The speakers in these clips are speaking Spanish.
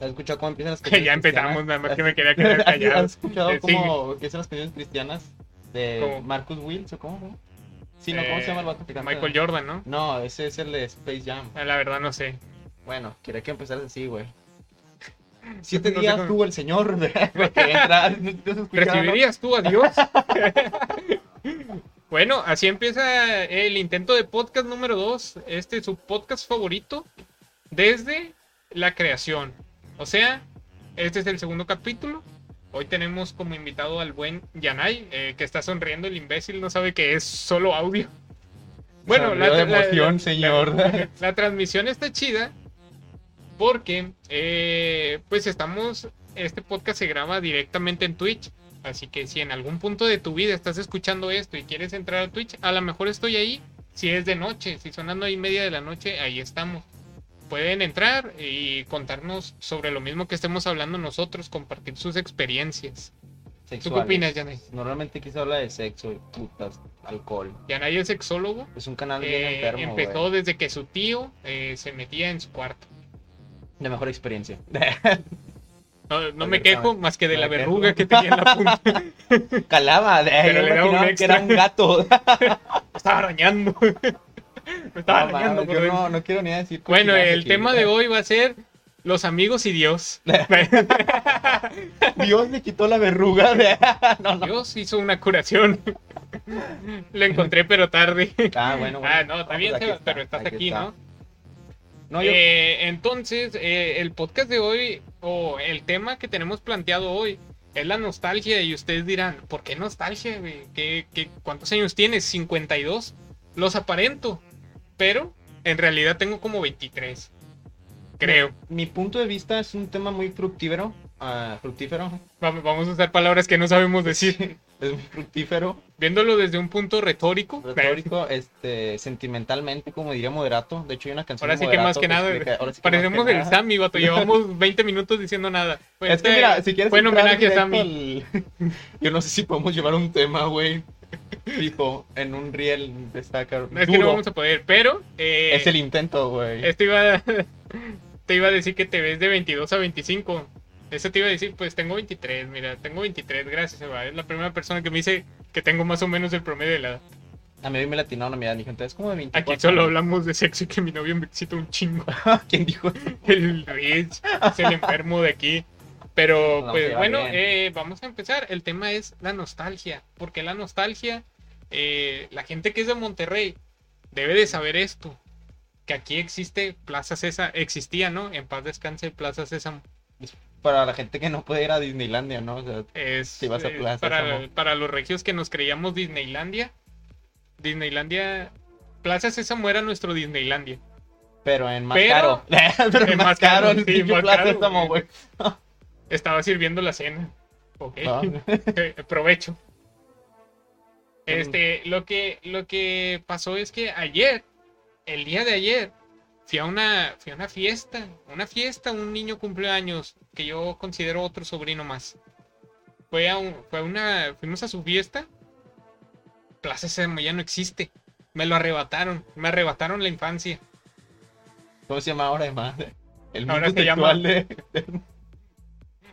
¿Has escuchado cómo empiezan las Que ya empezamos, nada más que me quería quedar callado. Eh, ¿Has escuchado Sí. cómo empiezan las canciones cristianas de ¿Cómo? Marcus Wills o cómo? cómo? Sí, no, ¿cómo Eh, se llama el vato que canta? Michael Jordan, ¿no? No, ese es el de Space Jam. Ah, La verdad no sé. Bueno, quería que empezaras así, güey. Siete No sé días cómo- tuvo el señor, ¿verdad? Porque entra- no- no se escuchaba, ¿no? ¿Recibirías tú a Dios? bueno, así empieza el intento de podcast número 2, este su podcast favorito desde la creación. O sea, este es el segundo capítulo. Hoy tenemos como invitado al buen Yanay, eh, que está sonriendo el imbécil, no sabe que es solo audio. Bueno, Sonrió de emoción, señor. la- la transmisión está chida porque eh, pues estamos, este podcast se graba directamente en Twitch, así que si en algún punto de tu vida estás escuchando esto y quieres entrar a Twitch, a lo mejor estoy ahí, si es de noche, si son las nueve y media de la noche, ahí estamos. Pueden entrar y contarnos sobre lo mismo que estemos hablando nosotros, compartir sus experiencias. ¿Tú qué Sexuales. opinas, Yanay? Normalmente quise hablar de sexo y putas, alcohol. Yanay es sexólogo. Es un canal bien eh, enfermo, empezó güey. desde que su tío eh, se metía en su cuarto. La mejor experiencia. No, no me Abiertamente. quejo más que de No la me quejo. verruga que tenía en la punta. Calaba, de yo Pero le me daba un imaginaba que extra. era un gato. Me estaba arañando. Me estaba No, arañando. mames, por yo dentro. no, no quiero ni decir. bueno, cochinadas el aquí, tema de güey. hoy va a ser los amigos y Dios. Dios le quitó la verruga. de- No, no. Dios hizo una curación. Lo encontré, pero tarde. Ah, bueno, bueno. Ah, no, también, pues aquí Sebas, está, pero estás aquí, está. ¿no? No, yo. Eh, entonces, eh, el podcast de hoy, o el tema que tenemos planteado hoy, es la nostalgia. Y ustedes dirán, ¿por qué nostalgia? güey? ¿Qué, qué, cuántos años tienes? ¿52? Los aparento, pero en realidad tengo como 23. Creo. Mi punto de vista es un tema muy fructífero. ah, fructífero. Vam- Vamos a usar palabras que no sabemos decir. Es muy fructífero. Viéndolo desde un punto retórico. retórico, este, sentimentalmente, como diría Moderato. De hecho, hay una canción Ahora de sí que más Moderato que nada, explica- ahora sí que más que Parecemos el nada. Sammy, vato. Llevamos 20 minutos diciendo nada. Pues, Es que eh, mira, si quieres fue en entrar homenaje a directo al- Yo no sé si podemos llevar un tema, güey. Fijo, en un riel destaca. es que no vamos a poder, pero. eh, Es el intento, güey. Esto iba a- te iba a decir que te ves de 22 a 25. Eso te iba a decir, pues tengo 23, mira, tengo 23, gracias, Eva. Es la primera persona que me dice que tengo más o menos el promedio de la edad. A mí me latinaron a mi edad, mi gente. Es como de 24. Aquí solo hablamos de sexo y que mi novio me excita un chingo. ¿Quién dijo eso? El Rich es el enfermo de aquí. Pero No, se pues va bueno, bien. eh, vamos a empezar. El tema es la nostalgia. Porque la nostalgia, eh, la gente que es de Monterrey debe de saber esto. Que aquí existe Plaza Sésamo, existía, ¿no? En paz descanse Plaza Sésamo. Para la gente que no puede ir a Disneylandia, ¿no? O sea, Es, Sí, vas a es Plaza para, Sésamo. para los regios que nos creíamos Disneylandia. Disneylandia, Plaza Sésamo era nuestro Disneylandia. pero en más Pero- caro. pero en más caro, el sí, pinche más Plaza caro, Sésamo, güey. Estaba sirviendo la cena. Ok. No. Eh, provecho. Mm. Este, lo que, lo que pasó es que ayer, el día de ayer, fui a una, fui a una fiesta, una fiesta, un niño cumpleaños, que yo considero otro sobrino más. Fue a un- fue a una, fuimos a su fiesta. Plaza Sésamo ya no existe. Me lo arrebataron, me arrebataron la infancia. ¿Cómo se llama ahora, además? El mundo Ahora se llama- sexual de...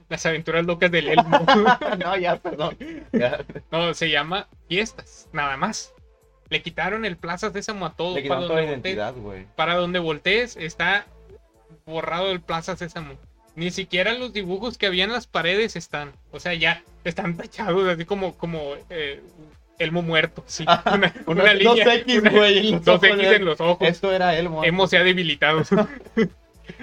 Las aventuras locas del Elmo. no, ya, perdón. Ya. No, se llama fiestas, nada más. Le quitaron el Plaza Sésamo a todo. Le para quitaron toda donde la voltees. identidad, güey. para donde voltees está borrado el Plaza Sésamo. Ni siquiera los dibujos que había en las paredes están. O sea, ya están tachados así como, como eh, Elmo muerto. Sí, una, una Unos- línea. Dos X, una- güey. en los dos ojos, X güey. en los ojos. Esto era Elmo. Hemos se ha debilitado.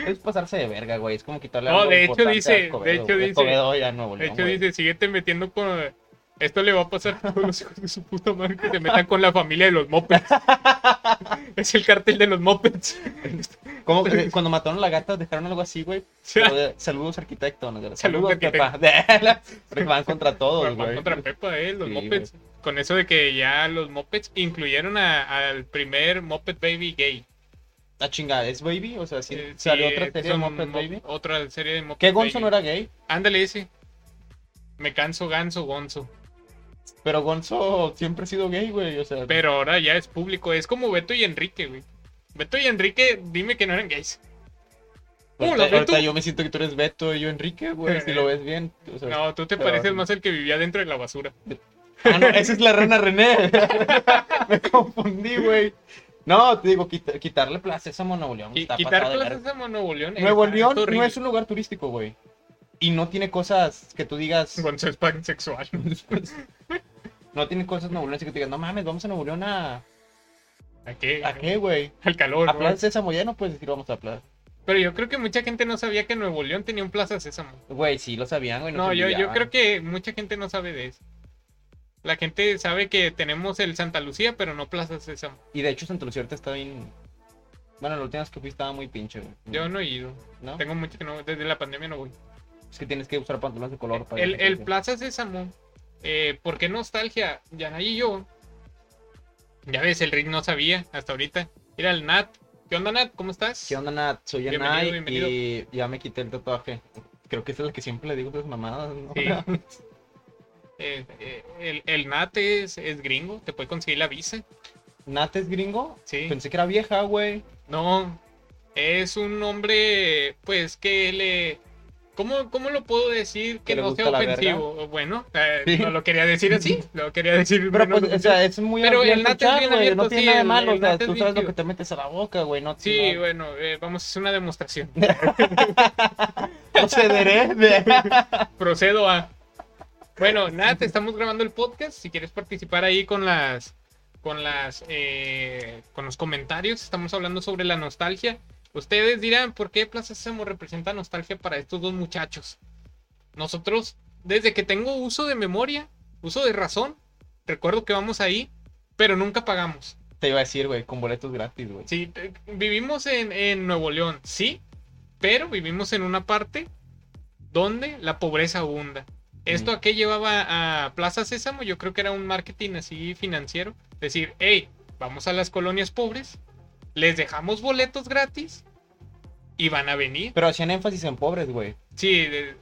Es pasarse de verga, güey. Es como quitarle No, algo de hecho importante dice- a Escobedo, de hecho güey. dice- Escobedo ya Pues no De volvió, hecho, güey. dice, síguete metiendo con... Esto le va a pasar a todos los hijos de su puta madre que se metan con la familia de los Muppets. es el cartel de los Muppets. Como que cuando mataron a la gata dejaron algo así, güey. O sea, Pero de- Saludos, arquitecto. ¿no? De- Saludos, papá. De- Porque van contra todos, Van güey. contra Pepa, eh, los Sí, Muppets. Con eso de que ya los Muppets incluyeron a- al primer Muppet Baby gay. La chingada, ¿es Baby? O sea, si Eh, salió sí, otra serie de son Muppet Mupp- Baby. Otra serie de Muppet Que Gonzo Baby. no era gay, Ándale, ese. Me canso, ganso, gonzo. pero Gonzo siempre ha sido gay, güey. O sea, Pero ahora ya es público. Es como Beto y Enrique, güey. Beto y Enrique, dime que no eran gays. ¿Cómo Ahorita, uh, la Beto? ahorita yo me siento que tú eres Beto y yo Enrique, güey, si lo ves bien. o sea, No, tú te Pero- pareces más el que vivía dentro de la basura. Ah, no, esa es la rana René. me confundí, güey. No, te digo, quita- quitarle plaza a Nuevo León. Y está quitar pasado de verga. plazas a Nuevo León. Nuevo está León no horrible. es un lugar turístico, güey. Y no tiene cosas que tú digas. Con su spam sexual. No tiene cosas Nuevo León, así que te digas, no mames, vamos a Nuevo León a. ¿A qué? ¿A qué, güey? Al calor. A ¿no? Plaza Sésamo ya no puedes Pues decir vamos a Plaza. Pero yo creo que mucha gente no sabía que Nuevo León tenía un Plaza Sésamo. Güey, sí, lo sabían, güey. No, yo, yo creo que mucha gente no sabe de eso. La gente sabe que tenemos el Santa Lucía, pero no Plaza Sésamo. Y de hecho, Santa Lucía ahorita está bien. Bueno, la última vez que fui estaba muy pinche, güey. Yo no he ido. Mm. ¿No? Tengo mucho que no. Desde la pandemia no voy. Es que tienes que usar pantalones de color para. El, ir a el Santa Lucía. Plaza Sésamo, eh, ¿por qué nostalgia? Yanay y yo. Ya ves, el Rick no sabía hasta ahorita. Mira el Nat. ¿Qué onda, Nat? ¿Cómo estás? ¿Qué onda, Nat? Soy Bienvenido, Anay bienvenido. y ya me quité el tatuaje. Creo que es el que siempre le digo tus mamadas. ¿no? Sí. Eh, eh, el, el Nat es, es gringo, te puede conseguir la visa. Nat es gringo. Sí. Pensé que era vieja, güey. No, es un hombre, pues que le. ¿Cómo, cómo lo puedo decir que, Que le no sea gusta la verga. ofensivo? Bueno, eh, Sí. no lo quería decir así, lo quería decir. Pero menos pues, o ofensivo. sea, es muy Pero el abierto Nat es chat, bien güey, abierto, No tiene sí, nada de el- malo, el o sea, Nat es tú bien sabes lo chido. que te metes a la boca, güey. No, Sí, no, bueno, eh, vamos a hacer una demostración. procederé de- Procedo a. Bueno, Nat, estamos grabando el podcast. Si quieres participar ahí con las. Con las. eh, con los comentarios. Estamos hablando sobre la nostalgia. Ustedes dirán, ¿por qué Plaza Sésamo representa nostalgia para estos dos muchachos? Nosotros, desde que tengo uso de memoria, uso de razón, recuerdo que vamos ahí, pero nunca pagamos. Te iba a decir, güey, con boletos gratis, güey. Sí, te- vivimos en, en Nuevo León, sí, pero vivimos en una parte donde la pobreza abunda. ¿Esto Mm. a qué llevaba a Plaza Sésamo? Yo creo que era un marketing así financiero. Decir, hey, vamos a las colonias pobres, les dejamos boletos gratis y van a venir. Pero hacían énfasis en pobres, güey. Sí, de-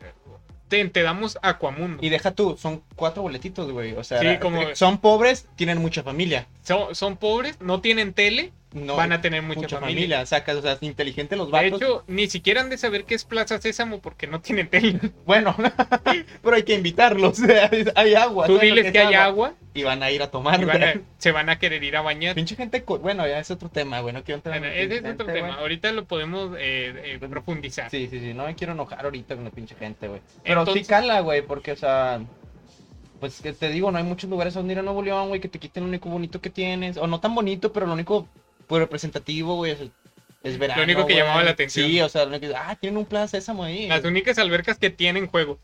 te, te damos Aquamundo. Y deja tú, son cuatro boletitos, güey. O sea, Sí, como- son pobres, tienen mucha familia. Son, son pobres, no tienen tele, No, van a tener mucha, mucha familia. familia. Sacas, o sea, inteligentes los De vatos. hecho, ni siquiera han de saber qué es Plaza Sésamo porque no tienen tele. Bueno, pero hay que invitarlos. hay agua. Tú ¿sabes lo diles que es hay agua Y van a ir a tomar. y van a- güey. se van a querer ir a bañar. Pinche gente. co- Bueno, ya es otro tema, güey. No quiero entrar Bueno, en ese es gente, otro güey. tema. Ahorita lo podemos eh, eh, profundizar. Sí, sí, sí. No me quiero enojar ahorita con la pinche gente, güey. Pero Entonces- sí cala, güey, porque, o sea. Pues que te digo, no hay muchos lugares a donde ir a Nuevo León, güey, que te quiten lo único bonito que tienes. O no tan bonito, pero lo único pues, representativo, güey, es, es verano. Lo único que güey. llamaba la atención. Ah, Sí, o sea, lo único que- ah, tienen un plaza esa ahí. Las únicas albercas que tienen juego,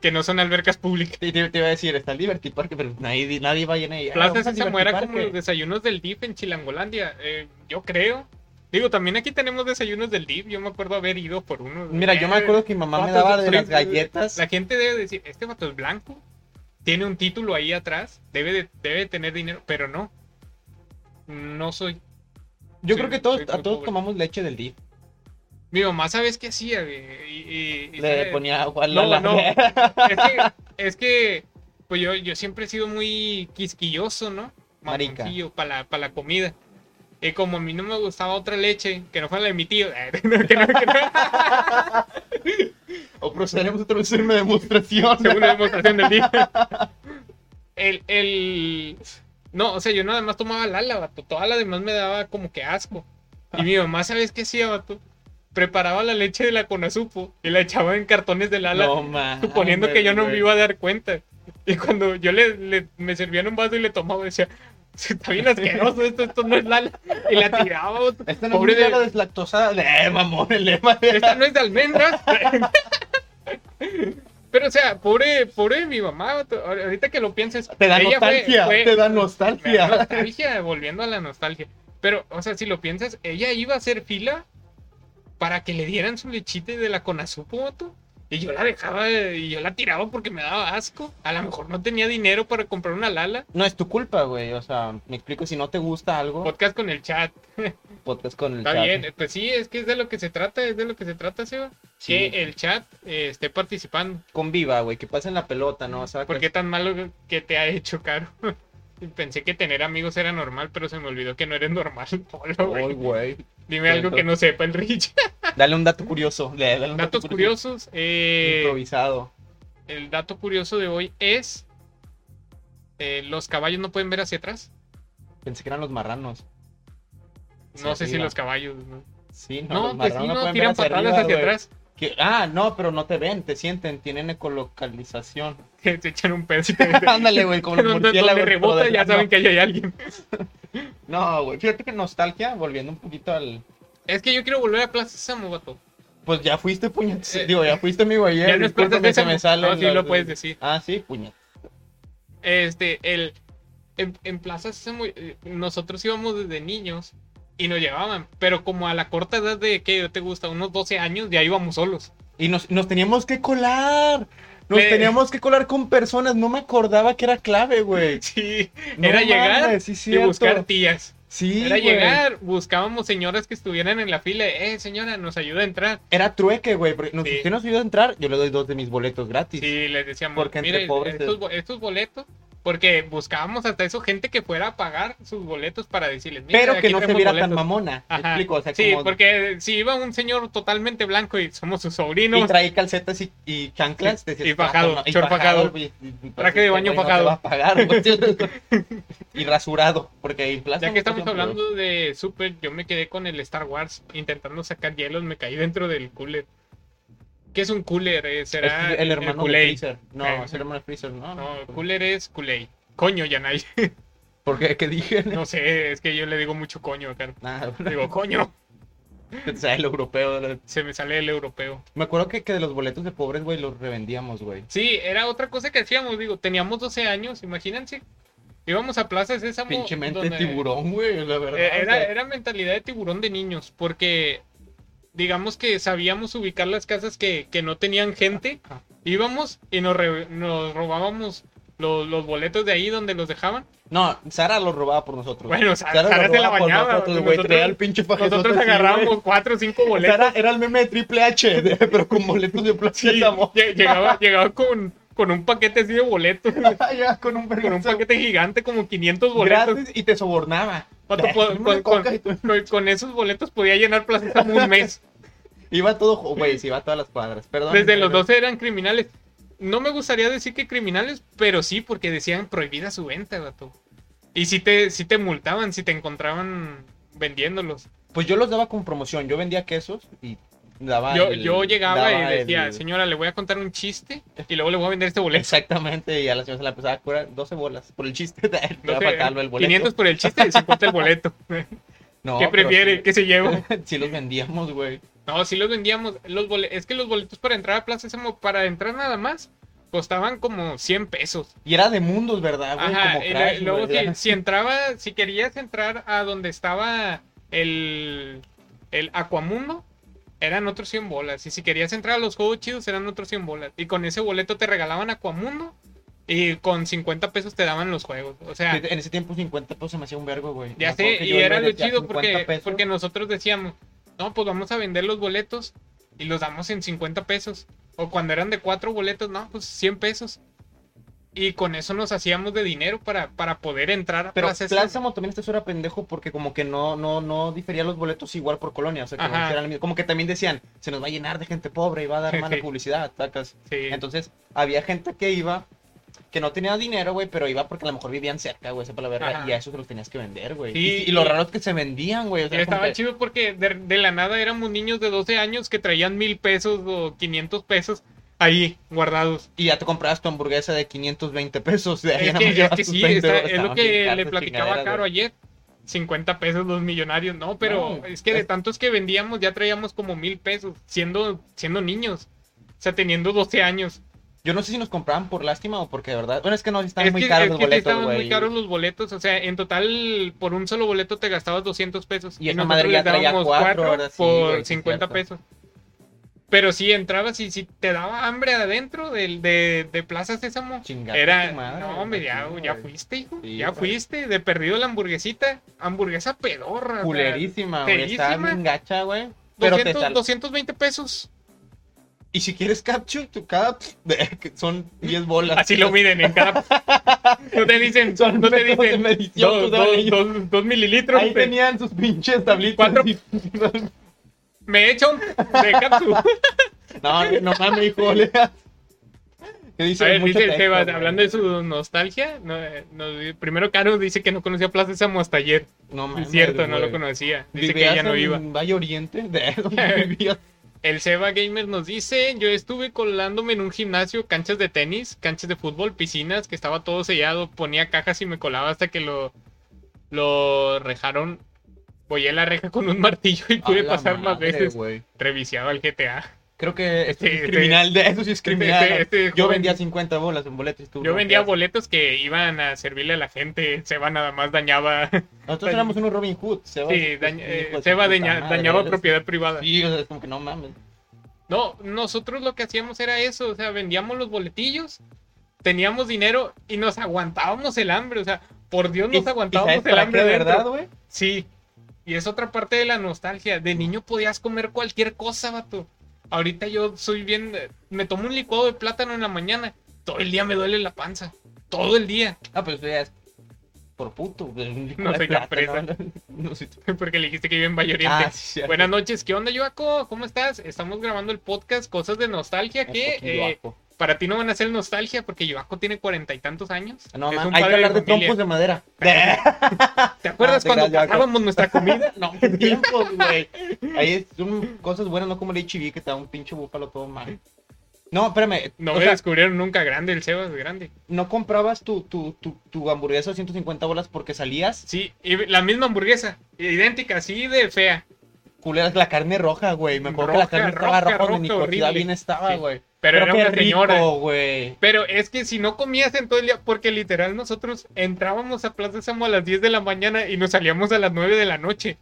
que no son albercas públicas. Te, te- te iba a decir, está el Liberty Park, pero nadie, nadie va a ir ahí. Ah, Plaza vamos al Sésamo Liberty era como Park, los desayunos del DIP en Chilangolandia. eh, yo creo. Digo, también aquí tenemos desayunos del DIP. Yo me acuerdo haber ido por uno. Mira, yo me Eh, acuerdo que mi mamá me papas daba de las fritas. galletas. La gente debe decir, este vato es blanco, tiene un título ahí atrás, debe de, debe de tener dinero, pero no. No soy. Yo sí, creo que todos, soy muy a todos pobre. tomamos leche del DIF. Mi mamá, ¿sabes qué hacía? güey? Y- y- Le y sabe- ponía agua a la No, la- no. es, que, es que, pues yo, yo siempre he sido muy quisquilloso, ¿no? Marica. Para la, pa' la comida. Y como a mí no me gustaba otra leche, que no fuera la de mi tío, que no- que no- O procederemos otra vez a una demostración. Segunda demostración del día. El, el... No, o sea, yo nada más tomaba lala, vato. Toda la demás me daba como que asco. Y mi mamá, ¿sabes qué hacía, vato? Preparaba la leche de la conazupo y la echaba en cartones de lala, No, man. suponiendo que yo no me güey. iba a dar cuenta. Y cuando yo le, le- me servían un vaso y le tomaba, decía, está bien asqueroso esto, esto no es lala. Y la tiraba, vato. Esta no Pobre es de- la deslactosada. Eh, mamón, el lema. Esta no es de almendras. Pero, o sea, pobre, pobre de mi mamá, vato. Ahor- ahorita que lo pienses. Te da ella fue- nostalgia. Te fue- da me da nostalgia. nostalgia, volviendo a la nostalgia. Pero, o sea, si lo piensas, ella iba a hacer fila para que le dieran su lechite de la Conazupo, vato. Y yo la dejaba eh, y yo la tiraba porque me daba asco. A lo mejor no tenía dinero para comprar una lala. No es tu culpa, güey. O sea, me explico, si no te gusta algo, Podcast con el chat. podcast con el Está chat. bien. eh, Pues sí, es que es de lo que se trata, es de lo que se trata, Seba. Sí, Ah, Que el chat eh, esté participando. conviva, güey, que pasen la pelota, ¿no? O sea, ¿Por qué tan malo que te ha hecho, Caro? Pensé que tener amigos era normal, pero se me olvidó que no eres normal, Polo, güey. Ay, güey. Dime algo que no sepa el Rich. Dale un dato curioso. le- dale un dato Datos curiosos. eh, Improvisado. el dato curioso de hoy es... eh, los caballos no pueden ver hacia atrás. Pensé que eran los marranos. No Hacia sé si arriba. los caballos... No, Sí, no, no los pues marranos sí, no no, pueden tiran ver hacia patadas arriba, hacia güey. atrás. Que- ah, no, pero no te ven, te sienten, tienen ecolocalización. Se echan un pedo. y te- Ándale, güey, como los Donde- donde murciélagos, pero rebota de ya la- saben que ahí hay alguien. No, güey, fíjate que nostalgia, volviendo un poquito al... Es que yo quiero volver a Plaza Sésamo, vato. Pues ya fuiste, puñet. Eh, Digo, ya fuiste, amigo, ayer. ya no es Plaza discúlpame que Sésamo. me salen No, sí las- lo puedes decir. Ah, sí, puñet. Este, el... En, en Plaza Sésamo eh, nosotros íbamos desde niños y nos llevaban. Pero como a la corta edad de, que te gusta? Unos 12 años, ya íbamos solos. Y nos, nos teníamos que colar. Nos Eh. teníamos que colar con personas. No me acordaba que era clave, güey. Sí, No Era llegar mames, sí, y cierto. buscar tías. Sí, Era güey. llegar, buscábamos señoras que estuvieran en la fila. Eh, señora, nos ayuda a entrar. Era trueque, güey. Porque nos, Sí. si usted nos ayuda a entrar, yo le doy dos de mis boletos gratis. Sí, les decíamos, Porque entre mire, pobres estos, bo- estos boletos, porque buscábamos hasta eso gente que fuera a pagar sus boletos para decirles, "Mire, Pero que aquí no se tenemos viera boletos". tan mamona. ¿me Ajá. explico? O sea, sí, como- porque si iba un señor totalmente blanco y somos sus Y sobrinos, trae calcetas y, y chanclas. Sí, decías, y fajado, "Ah, no, short fajado, güey, y- y- traje de baño güey, no te fajado". va a pagar, güey. y rasurado. Porque ahí en plaza ya que no estamos pasan por- hablando de Super, yo me quedé con el Star Wars intentando sacar hielos, me caí dentro del cooler. ¿Qué es un cooler? Eh, ¿Será Es el hermano de Kool-Aid? Freezer. No, Eh. es el hermano de Freezer, ¿no? No, el cooler es Kool-Aid. Coño, Yanay. ¿Por qué? ¿Qué dije? No sé, es que yo le digo mucho coño acá. Nada, Digo, coño. o sea, el europeo. lo- Se me sale el europeo. Me acuerdo que, que de los boletos de pobres, güey, los revendíamos, güey. Sí, era otra cosa que hacíamos, digo, teníamos 12 años, imagínense. Íbamos a Plaza Sésamo. Pinche mente donde- tiburón, güey, la verdad. Eh, o sea, Era, era mentalidad de tiburón de niños, porque digamos que sabíamos ubicar las casas que, que no tenían gente. Ajá. Íbamos y nos, re- nos robábamos los, los boletos de ahí donde los dejaban. No, Sara lo robaba por nosotros. Bueno, Sara- Sara lo se la robaba por bañaba, Nosotros, güey, nosotros- traía el pinche paquetote Nosotros así, güey. agarrábamos cuatro o cinco boletos. Sara era el meme de Triple H, de- pero con boletos de Sí, plástico. de amor. lle- llegaba llegaba con, con un paquete así de boletos, Ya, con un con un vergazo paquete gigante, como 500 boletos. gratis y te sobornaba. Vato, po- Dame con, una coca con- y tú- con- con esos boletos podía llenar Plaza Sésamo un mes. Iba todo, jo- güey, sí, iba a todas las cuadras. Perdón. Desde los pero- 12 eran criminales. No me gustaría decir que criminales, pero sí, porque decían prohibida su venta, vato. Y si te, si te multaban, si te encontraban vendiéndolos. Pues yo los daba con promoción. Yo vendía quesos y daba. Yo, el- yo llegaba daba y decía, el- señora, le voy a contar un chiste y luego le voy a vender este boleto. Exactamente, y a la señora se la empezaba a curar 12 bolas por el chiste. Te va a No sé, faltar lo del boleto. 500 por el chiste y 50 el boleto. no, ¿Qué pero prefiere? sí, ¿Qué se lleva? sí los vendíamos, güey. No, sí los vendíamos. Los bole- es que los boletos para entrar a Plaza Sésamo, para entrar nada más, costaban como 100 pesos. Y era de mundos, ¿verdad, Ah, güey? Ajá, Como y Crash, lo- luego güey, si, si entraba, si querías entrar a donde estaba el, el Aquamundo, eran otros 100 bolas. Y si querías entrar a los juegos chidos, eran otros 100 bolas. Y con ese boleto te regalaban Aquamundo y con 50 pesos te daban los juegos. O sea, En ese tiempo 50 pesos se me hacía un vergo, güey. ya Me acuerdo sé, que y yo era iba lo y decía, chido 50 porque, pesos. porque nosotros decíamos, no, pues vamos a vender los boletos y los damos en 50 pesos. O cuando eran de cuatro boletos, no, pues 100 pesos. Y con eso nos hacíamos de dinero para, para poder entrar a Pero Plaza Sésamo. Plázamo también este era pendejo porque como que no, no, no difería los boletos igual por colonia. O sea, que no Ajá. eran el mismo. como que también decían, se nos va a llenar de gente pobre y va a dar mala Sí. publicidad, sacas. Sí. Entonces, había gente que iba, que no tenía dinero, güey, pero iba porque a lo mejor vivían cerca, güey, sepa la verga, Ajá. y a esos los tenías que vender, güey. Sí, y, y y- lo raro es que se vendían, güey. O sea, Y como estaba que- chido porque de, de la nada éramos niños de 12 años que traían mil pesos o 500 pesos ahí guardados. y ya te comprabas tu hamburguesa de 520 pesos. De ahí Es nada que, más es llevabas que tus sí, 20 está- dólares, es lo estaban bien que caras le esas platicaba a chingaderas, Caro güey. ayer. 50 pesos los millonarios, no, pero No, es que de es- tantos que vendíamos ya traíamos como mil pesos siendo, siendo niños. O sea, teniendo 12 años. Yo no sé si nos compraban por lástima o porque de verdad. Bueno, es que no, sí estaban es muy que, caros es los que sí boletos, estaban muy güey. caros los boletos. O sea, en total, por un solo boleto te gastabas 200 pesos. Y esa nosotros madre ya les traía dábamos cuatro, cuatro ahora sí, por güey, sí, 50 cierto. pesos. Pero si entrabas y si te daba hambre adentro del, de, de Plaza Sésamo, Chingaste era. tu madre, no, hombre, ya, imagino, ya güey. fuiste, hijo. Sí, ya güey. fuiste. De perdido la hamburguesita. Hamburguesa pedorra. o sea, Culerísima, güey. Estaba feísima. bien gacha, güey. Pero te 200, sal- 220 pesos. Y si quieres capture, tu cada son 10 bolas. Así lo miden en cada. No te dicen. Son no te métodos de dicen. medición que Dos, usaban dos- ellos. dos- dos mililitros. Ahí de- tenían sus pinches tablitas. Cuatro- y- Me echa un. De cápsula. No, no, no mames, hijo. le- Que A dice ver, mucho dice el texto, Sebas, güey. hablando de su nostalgia. no, eh, no, primero, Caro dice que no conocía Plaza Sésamo hasta ayer. No mames, es cierto, no lo güey. conocía. Dice que ¿Vivías ella no en iba. Valle Oriente? ¿De dónde vivías? El Seba Gamer nos dice, yo estuve colándome en un gimnasio, canchas de tenis, canchas de fútbol, piscinas, que estaba todo sellado, ponía cajas y me colaba hasta que lo, lo rejaron. Voy la reja con un martillo y pude A la pasar más madre, veces. güey. Reviciado al GTA. Creo que esto Este- es criminal, de eso sí es criminal. este- este yo joven- vendía 50 bolas en boletos. Yo vendía boletos que iban a servirle a la gente. El Seba nada más dañaba. Nosotros éramos unos Robin Hood, Seba. sí, dañ- hijo eh, de su Seba puta daña- madre, dañaba eres- propiedad privada. Sí, o sea, es como que no mames. No, nosotros lo que hacíamos era eso, o sea, vendíamos los boletillos, teníamos dinero y nos aguantábamos el hambre, o sea, por Dios Y- nos y aguantábamos ¿sabes el para hambre qué, de dentro. verdad, güey. Sí. Y es otra parte de la nostalgia, de niño podías comer cualquier cosa, vato. Ahorita yo soy bien, eh, me tomo un licuado de plátano en la mañana, todo el día me duele la panza, todo el día, Ah, pero eso ya es por puto. güey, un licuado No de soy tan plátano. No soy tan- porque le dijiste que vive en Valle Oriente. Ah, sí, ya. Buenas noches, ¿qué onda, Yoaco? ¿Cómo estás? Estamos grabando el podcast Cosas de Nostalgia Un ah. que poquillo eh, ajo. Para ti no van a ser nostalgia porque Yoaco tiene cuarenta y tantos años. Ah, No, Es man, un hay que padre hablar de pues. Ah, familia. trompos de madera. ¿Te acuerdas te cuando creas, Yoaco. pagábamos nuestra comida? No, qué tiempos, güey. Ahí son cosas buenas, no como el HIV que te da un pinche búfalo todo mal. No, espérame. No o me sea, descubrieron nunca grande, el Sebas es grande. no comprabas tu, tu, tu, tu hamburguesa de 150 bolas porque salías Sí, y la misma hamburguesa, idéntica, así de fea. culeras la carne roja, güey. Me acuerdo Roja, que la carne estaba roja, roja, donde ni roja, cocida horrible. bien estaba, Sí, güey. Pero, era eh. qué una señora. rico, güey. Pero es que si no comías en todo el día, porque literal nosotros entrábamos a Plaza Samo a las 10 de la mañana y nos salíamos a las 9 de la noche.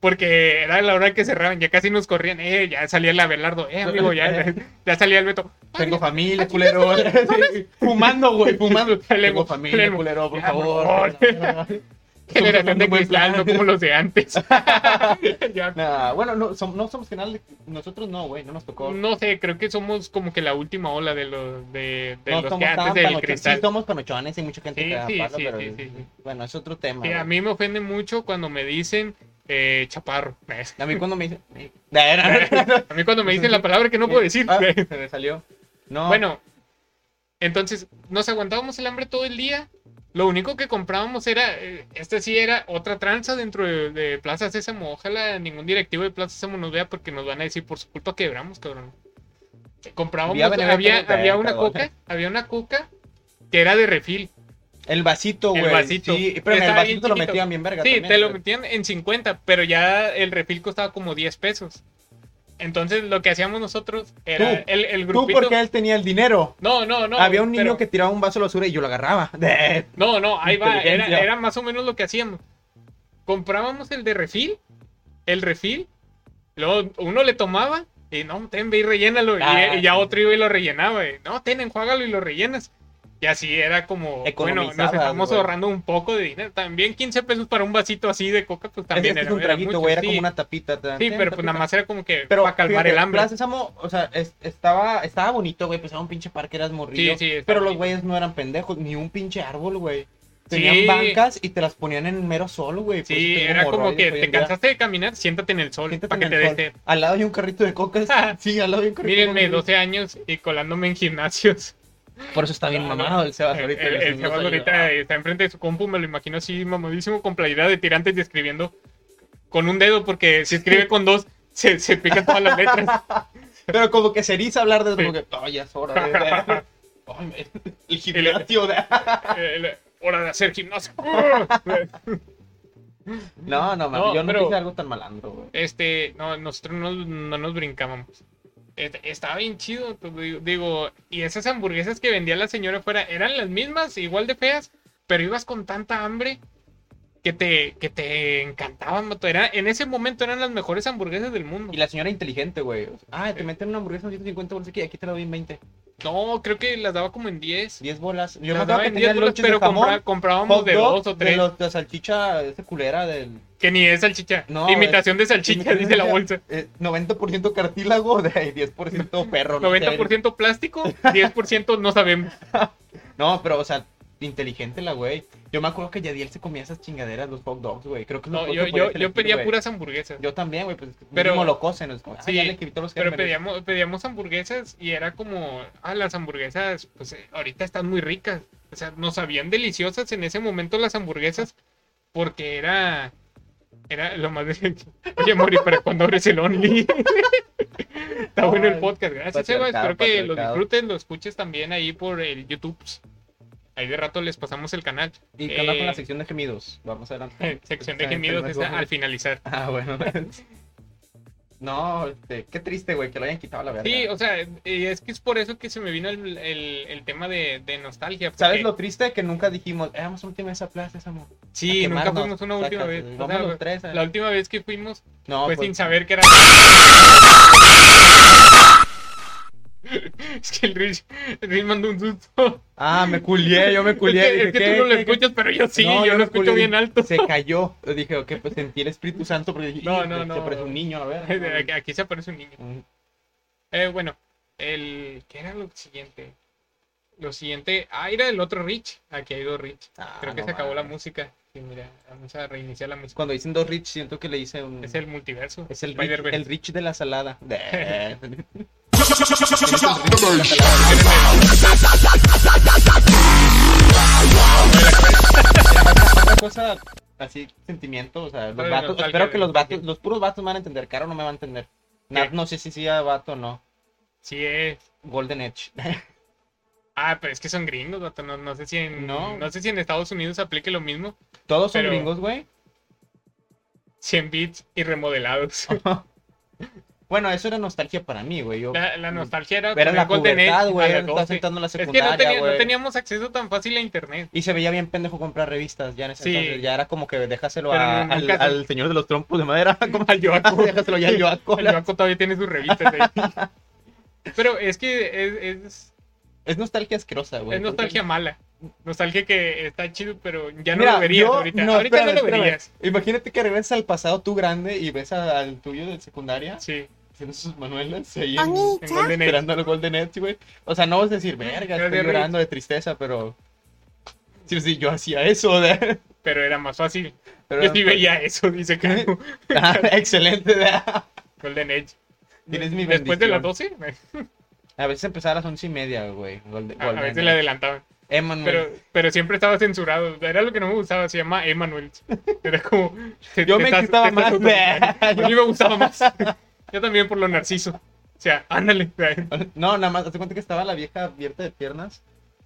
Porque era la hora que cerraban, ya casi nos corrían. Eh, ya salía el Abelardo, eh, amigo, ya, ya salía el Beto. Tengo familia, culero. fumando, güey, fumando. Tengo familia, Lemo. culero, por Ya, favor. Generación Tomando de buen cristal, no plan. como los de antes. Ya, Nah, bueno, no, som- no somos canal de... Nosotros no, güey, no nos tocó. no sé, creo que somos como que la última ola de los de, de no los que somos tan antes del panochones. Sí, cristal. somos panochones, hay mucha gente Sí, que sí, apaga, sí, pero sí, sí, sí. bueno, es otro tema. Sí, güey. a mí me ofende mucho cuando me dicen eh, chaparro. A mí cuando me dicen... Nah, nah, nah. A mí cuando me dicen la palabra que no puedo decir. Ah, se me salió. No, Bueno, entonces nos aguantábamos el hambre todo el día. Lo único que comprábamos era, eh, este sí era otra tranza dentro de, de Plaza Sésamo. Ojalá ningún directivo de Plaza Sésamo nos vea porque nos van a decir por su culpa quebramos, cabrón. Comprábamos, Vía Benevento, había, güey, había una eh, cabrón. coca, había una coca que era de refil. el vasito, el güey. vasito. Sí, pero en el Estaba bien vasito lo chiquito. metían bien verga. Sí, también, eh. te lo güey. metían en 50, pero ya el refil costaba como 10 pesos. Entonces lo que hacíamos nosotros era Tú, el, el Tú grupito. porque él tenía el dinero. No, no, no. Había un niño pero- que tiraba un vaso a la basura y yo lo agarraba. No, no, ahí va. Era, Inteligencia. era más o menos lo que hacíamos. Comprábamos el de refil, el refil, luego uno le tomaba y no, ten, ve y rellénalo. y- Ah. y, ya otro iba y lo rellenaba. y, no, ten, enjuágalo y lo rellenas. Y así era como, bueno, nos Economizabas, estamos güey. ahorrando un poco de dinero. También 15 pesos para un vasito así de coca, pues También también es, era, un era traguito, mucho, güey. Era sí. como una tapita. te dan, Sí, ten, pero pues tapita. nada más era como que Pero para calmar fíjate, el hambre. Plaza Sésamo, o sea, es- estaba, estaba bonito, güey. Pues era un pinche parque, eras morrillo. Sí, sí, estaba pero los bonito. güeyes no eran pendejos, ni un pinche árbol, güey. Sí. Tenían bancas y te las ponían en mero sol, güey. pues, por Sí, eso tengo era como que hemorroides hoy te en día. cansaste de caminar, siéntate en el sol Siéntate para que en te el dé sol. sed. Al lado hay un carrito de cocas. sí, al lado hay un carrito Ah. Mírenme, de cocas. 12 años y colándome en gimnasios. Por eso está bien No, no. mamado el Sebas El, ahorita. el, los niños Sebas hoy- ahorita está enfrente de su compu, me lo imagino así mamadísimo con playera de tirantes y escribiendo con un dedo porque si escribe con dos se, se pican todas las letras. Pero como que se eriza hablar de eso, Sí. como que, ay, ya es hora de... de- Ay, me- el gimnasio de... El- hora de hacer gimnasio. No, no, mami, No, yo no pero- hice algo tan malandro, güey. Este, no, nosotros no, no nos brincábamos. Este, estaba bien chido, te digo- digo, y esas hamburguesas que vendía la señora afuera eran las mismas, igual de feas, pero ibas con tanta hambre que te, que te encantaban, vato. Era, en ese momento eran las mejores hamburguesas del mundo. Y la señora inteligente, güey. O sea, Ah, Eh. te meten una hamburguesa en 150 bolas aquí, aquí te la doy en 20. No, creo que las daba como en 10. 10 bolas. Yo me Las acuerdo daba que en 10 tenía bolas, lonches de pero compra- jamón, comprábamos hot de dog, dos o tres. los- la salchicha esa culera del... Que ni es salchicha. No, Imitación de salchicha, dice la bolsa. Eh, 90% cartílago de ahí, 10% perro. no sé. 90% plástico, 10% no sabemos. No, pero, o sea, inteligente la güey. Yo me acuerdo que Yadiel se comía esas chingaderas, los hot dogs, güey. Creo que es lo No, peor yo, que podía yo, hacer yo el pedía güey. puras hamburguesas. Yo también, güey, pues Pero- pero, mínimo lo cosen. es como, ah, sí, ya le quitó los Pero gérmenes. pedíamos, pedíamos hamburguesas y era como, ah, las hamburguesas, pues eh, ahorita están muy ricas. O sea, nos sabían deliciosas en ese momento las hamburguesas porque era, era lo más de... Oye, Mori, ¿para cuando abres el Only? Está bueno el Ay, podcast. Gracias, Eva. patriarcado, Espero que lo patriarcado. disfruten, lo escuches también ahí por el YouTube. Ahí de rato les pasamos el canal. Y que onda con Eh, la sección de gemidos. Vamos adelante. Sección de Está bien, gemidos tenemos está ojo. al finalizar. Ah, bueno. no, este, qué triste, güey, que lo hayan quitado a la verdad. Sí, o sea, eh, es que es por eso que se me vino el, el- el tema de, de nostalgia. ¿Sabes porque- lo triste? Que nunca dijimos, éramos última vez a plaza, esa amor. Sí, a nunca quemarnos, fuimos una sacas, última vez. y O vamos sea, los tres, a- la última vez que fuimos No, fue pues, sin saber que era. es que el Rich, el Rich mandó un susto. Ah, me culié, yo me culié. es que, dije, es que ¿qué? tú no lo ¿Qué? escuchas, pero yo sí, No, yo, yo lo me escucho culé. bien alto. Se cayó. Yo dije, ok, pues sentí el Espíritu Santo porque dije, No, "Ih, no, se no. parece un niño, a ver. Aquí se aparece un niño. Eh, bueno, el. ¿Qué era lo siguiente? Lo siguiente. Ah, era el otro Rich. Aquí hay dos Rich. Ah, Creo que no se acabó la mames. música. Sí, mira, vamos a reiniciar la música. Cuando dicen dos Rich, siento que le dicen un- Es el multiverso. Es el rich, Spider-Verse. el rich de la salada. De- Otra cosa, así, sentimiento, o sea, los Pero vatos, nostalgia, espero que los nostalgia. vatos, los puros vatos me van a entender, Caro no me va a entender. Nat, no sé si sea vato o no. Sí, es. Golden Edge. Ah, pero es que son gringos, vato. No, no sé si en, no. No. sé si en Estados Unidos aplique lo mismo. Todos son Pero- gringos, güey. 100 bits y remodelados. Ah, Bueno, eso era nostalgia para mí, güey. Yo La, la nostalgia era, era la tener Golden Age pubertad, güey. a las Estaba 12. sentando en la Es que no, secundaria, tenía- no güey. teníamos acceso tan fácil a internet. Y se veía bien pendejo comprar revistas ya en ese Sí. entonces. Ya era como que déjaselo Pero a- nunca al, se- al señor de los trompos de madera. como- Al Yoaco. déjaselo ya al Yoaco. El Yoaco todavía tiene sus revistas ahí. Pero es que es, es, Es nostalgia asquerosa, güey. es nostalgia mala. Nostalgia que está chido, pero ya no Mira, lo verías yo- ahorita. ahorita espérame, no lo espérame. verías. Imagínate que regresas al pasado tú grande y ves a- al tuyo del secundaria Sí, haciendo sus manuelas ahí en- en Golden Age. esperando al Golden Edge, güey. O sea, no vas a decir, verga, Pero de estoy llorando de tristeza, pero... Sí, sí, yo hacía eso, de... Pero era más fácil. Pero... Yo sí veía eso, dice Caro. Ah, excelente, de... Golden Age. Tienes mi Después de las bendición. 12, A veces empezaba a las once y media, güey. Golden, a, a Golden Mm. veces le Edge. adelantaban. Emanuel. Pero, pero siempre estaba censurado. Era lo que no me gustaba, se llama Emanuel. Era como. te- Yo te me estás- excitaba te estás más. autoritario. A mí me gustaba más. Yo también por lo narciso. O sea, ándale. No, nada más, te cuenta que estaba la vieja abierta de piernas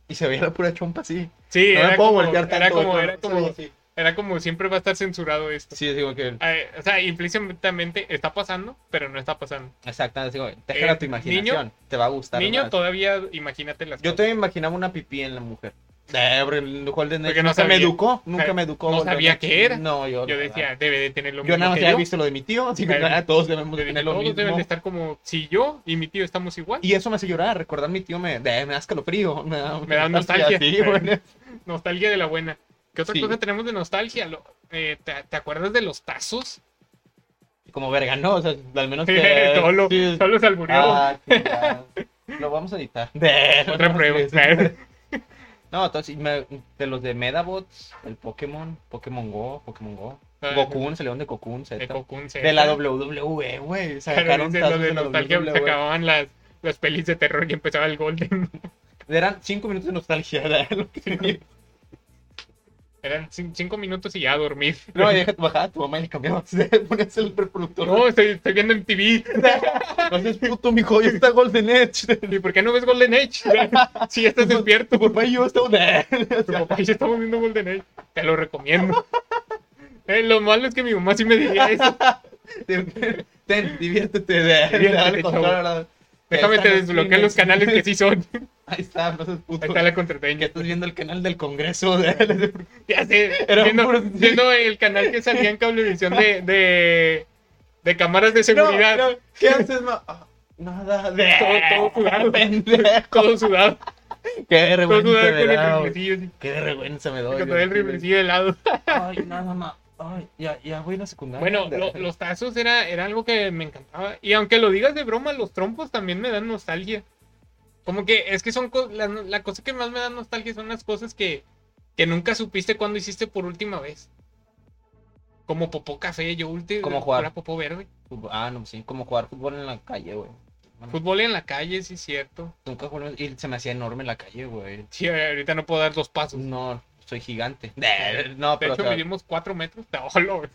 y se veía la pura chompa así. Sí, no era, me puedo como, voltear tanto. era, como, güey, era, pero como, eso veía así. era como siempre va a estar censurado esto. Sí, digo que... Eh, o sea, implícitamente está pasando, pero no está pasando. Exactamente, digo, déjala Eh, a tu imaginación. te va a gustar. Niño, más. todavía imagínate las Yo cosas. te imaginaba una pipí en la mujer. Eh, bro, el Golden Age Porque no nunca me sabía. educó, nunca Eh, me educó. no Golden sabía Age. qué era. No, yo, Yo la decía, verdad. debe de tener lo mismo. Yo nada más que había yo. visto lo de mi tío, así que Claro. ah, todos debemos de Dije, tener Todos lo deben mismo. de estar como si yo y mi tío estamos igual. Y eso me hace llorar, recordar a mi tío me, de- me da escalofrío, me da, Me da nostalgia. sí, güey. Nostalgia de la buena. ¿Qué otra Sí. cosa tenemos de nostalgia? Lo- eh, ¿te, te acuerdas de los tazos? Como verga, ¿no? O sea, al menos que... Todo lo, sí. todo lo salbureó. Ah, chingada. lo vamos a editar. De- Otra prueba. No, entonces, me- de los de Medabots, el Pokémon, Pokémon Go, Pokémon Go. Ah, Goku, salieron de Goku, de Z. Cocoon, se- De la WWE, güey. Pero Sacaron dice lo tazos de de la E". nostalgia, se WWE. acababan las, las pelis de terror y empezaba el Golden. Eran cinco minutos de nostalgia, ¿verdad? Lo que tenía. Eran cin- cinco minutos y ya a dormir. No, y deja tu bajada, tu mamá y le cambiabas. Ponías el reproductor. No, estoy, estoy viendo MTV. No seas puto, mijo, ya está Golden Edge. ¿Y por qué no ves Golden Age? Si ya estás despierto. Tu papá y yo estamos... Tu papá ya estamos viendo Golden Age. Te lo recomiendo. Eh, lo malo es que mi mamá sí me diría eso. Ten, ten, diviértete. De, Diviértete, dale chavo. control, ¿verdad? Déjame Ahí te están desbloquear los streamers. canales que sí son. Ahí está, no seas Ahí puto. está la Que contraseña. estás viendo el canal del Congreso. De... Ya sé, Era un viendo, puro- viendo el canal que salía en cablevisión de, de, de cámaras de seguridad. No, no, ¿Qué haces, ma? Ah, Nada de Todo- todo jugado. pendejo. Todo sudado. Qué Todo vergüenza sudado me con el da, güey. riflecillo. así, Qué vergüenza me doy. Con todo güey. el riflecillo de lado. Ay, no, mamá. Ay, ya, ya voy a la secundaria. Bueno, lo- los tazos era, era algo que me encantaba. Y aunque lo digas de broma, los trompos también me dan nostalgia. Como que es que son co- la, la cosa que más me da nostalgia son las cosas que, que nunca supiste cuando hiciste por última vez. Como popó café, yo último. Como jugar. popó verde. Ah, no, sí, como jugar fútbol en la calle, güey. Fútbol en la calle, sí, cierto. Nunca jugué y se me hacía enorme la calle, güey. Sí, ahorita no puedo dar dos pasos. No, soy gigante. No, De pero... o hecho, sea, medimos 4 metros. Te hablo, güey.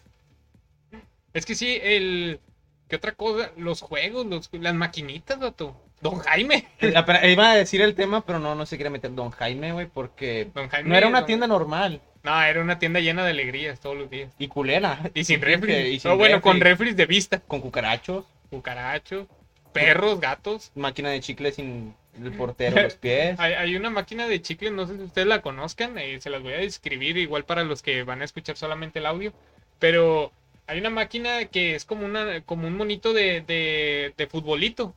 Es que sí, el. ¿Qué otra cosa? Los juegos, los- las maquinitas, vato. Don Jaime. apenas- Ah, Iba a decir el tema, pero no, no se quería meter Don Jaime, güey, porque... Don Jaime. No era una don- tienda normal No, era una tienda llena de alegrías todos los días. y culera. Y sin que- refri. y sin No, bueno, con refri. refris de vista. Con cucarachos, Cucarachos, perros, gatos. máquina de chicle sin el portero a los pies. Hay, hay una máquina de chicles, no sé si ustedes la conozcan, eh, se las voy a describir igual para los que van a escuchar solamente el audio. Pero hay una máquina que es como, una, como un monito de, de, de futbolito.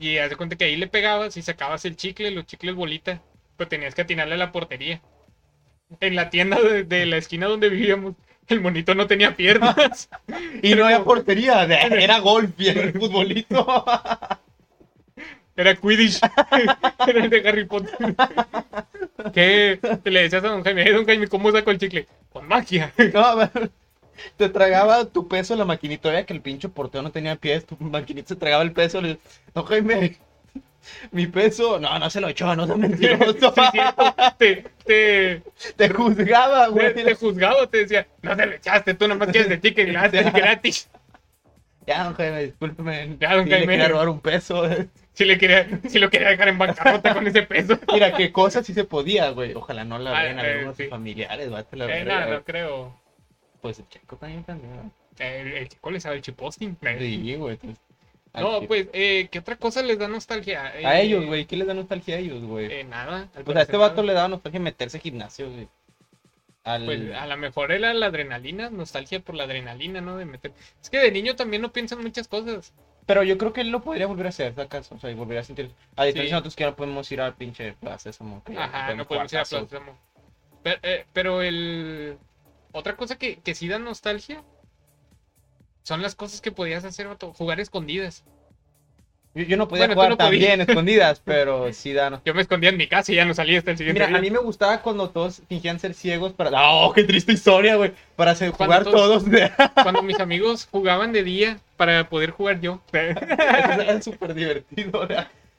Y haz de cuenta que ahí le pegabas y sacabas el chicle, los chicles bolita. Pero tenías que atinarle a la portería. En la tienda de, de la esquina donde vivíamos, el monito no tenía piernas. Y no había portería, de- era golf y era el futbolito. Era Quidditch. Era el de Harry Potter. ¿Qué? Te le decías a Don Jaime, "Eh, Don Jaime, ¿cómo saco el chicle? Con magia. No, te tragaba tu peso la maquinita. Era que el pinche portero no tenía pies, tu maquinita se tragaba el peso. Le, no, Jaime, mi peso. No, no se lo echó, no seas mentiroso. Sí, cierto. Te, te, Te juzgaba, te, güey. te juzgaba, te decía, no te lo echaste, tú nomás quieres el chicle gratis, gratis. Ya, don Jaime, discúlpeme. Ya, don sí, Jaime. Le quería robar un peso. Si, le quería, si lo quería dejar en bancarrota con ese peso. Eh, Mira, qué cosa sí se podía, güey. Ojalá no la Ah, vean eh, algunos sí. familiares, va, te la Eh, verga, no, güey. no creo. Pues el checo también también. El, el chico le sabe el chiposting. Sí, güey. entonces, al Eh, No, chile. pues, eh, ¿qué otra cosa les da nostalgia? A Eh, ellos, güey. ¿Qué les da nostalgia a ellos, güey? eh, nada. O sea, a al este parecer vato nada. le daba nostalgia meterse al gimnasio, güey. Al... Pues a lo mejor era la adrenalina, nostalgia por la adrenalina, ¿no? De meter. Es que de niño también no piensan muchas cosas. Pero yo creo que él lo podría volver a hacer, ¿acaso? O sea, y volver a sentir. A diferencia Sí. de nosotros que ahora podemos ir al pinche plaza, esa montaña. Ajá, no podemos ir a Plaza Sésamo. Pero, eh, pero el. Otra cosa que, que sí da nostalgia son las cosas que podías hacer, vato, Jugar escondidas. Yo, yo no podía Bueno, tú jugar no tan podías. bien escondidas, pero sí dan. Yo me escondía en mi casa y ya no salía hasta el siguiente Mira, día. a mí me gustaba cuando todos fingían ser ciegos para. ¡Oh, qué triste historia, güey! Para hacer Cuando jugar todos- todos. Eso Cuando mis amigos jugaban de día para poder jugar yo. ya era súper divertido, güey.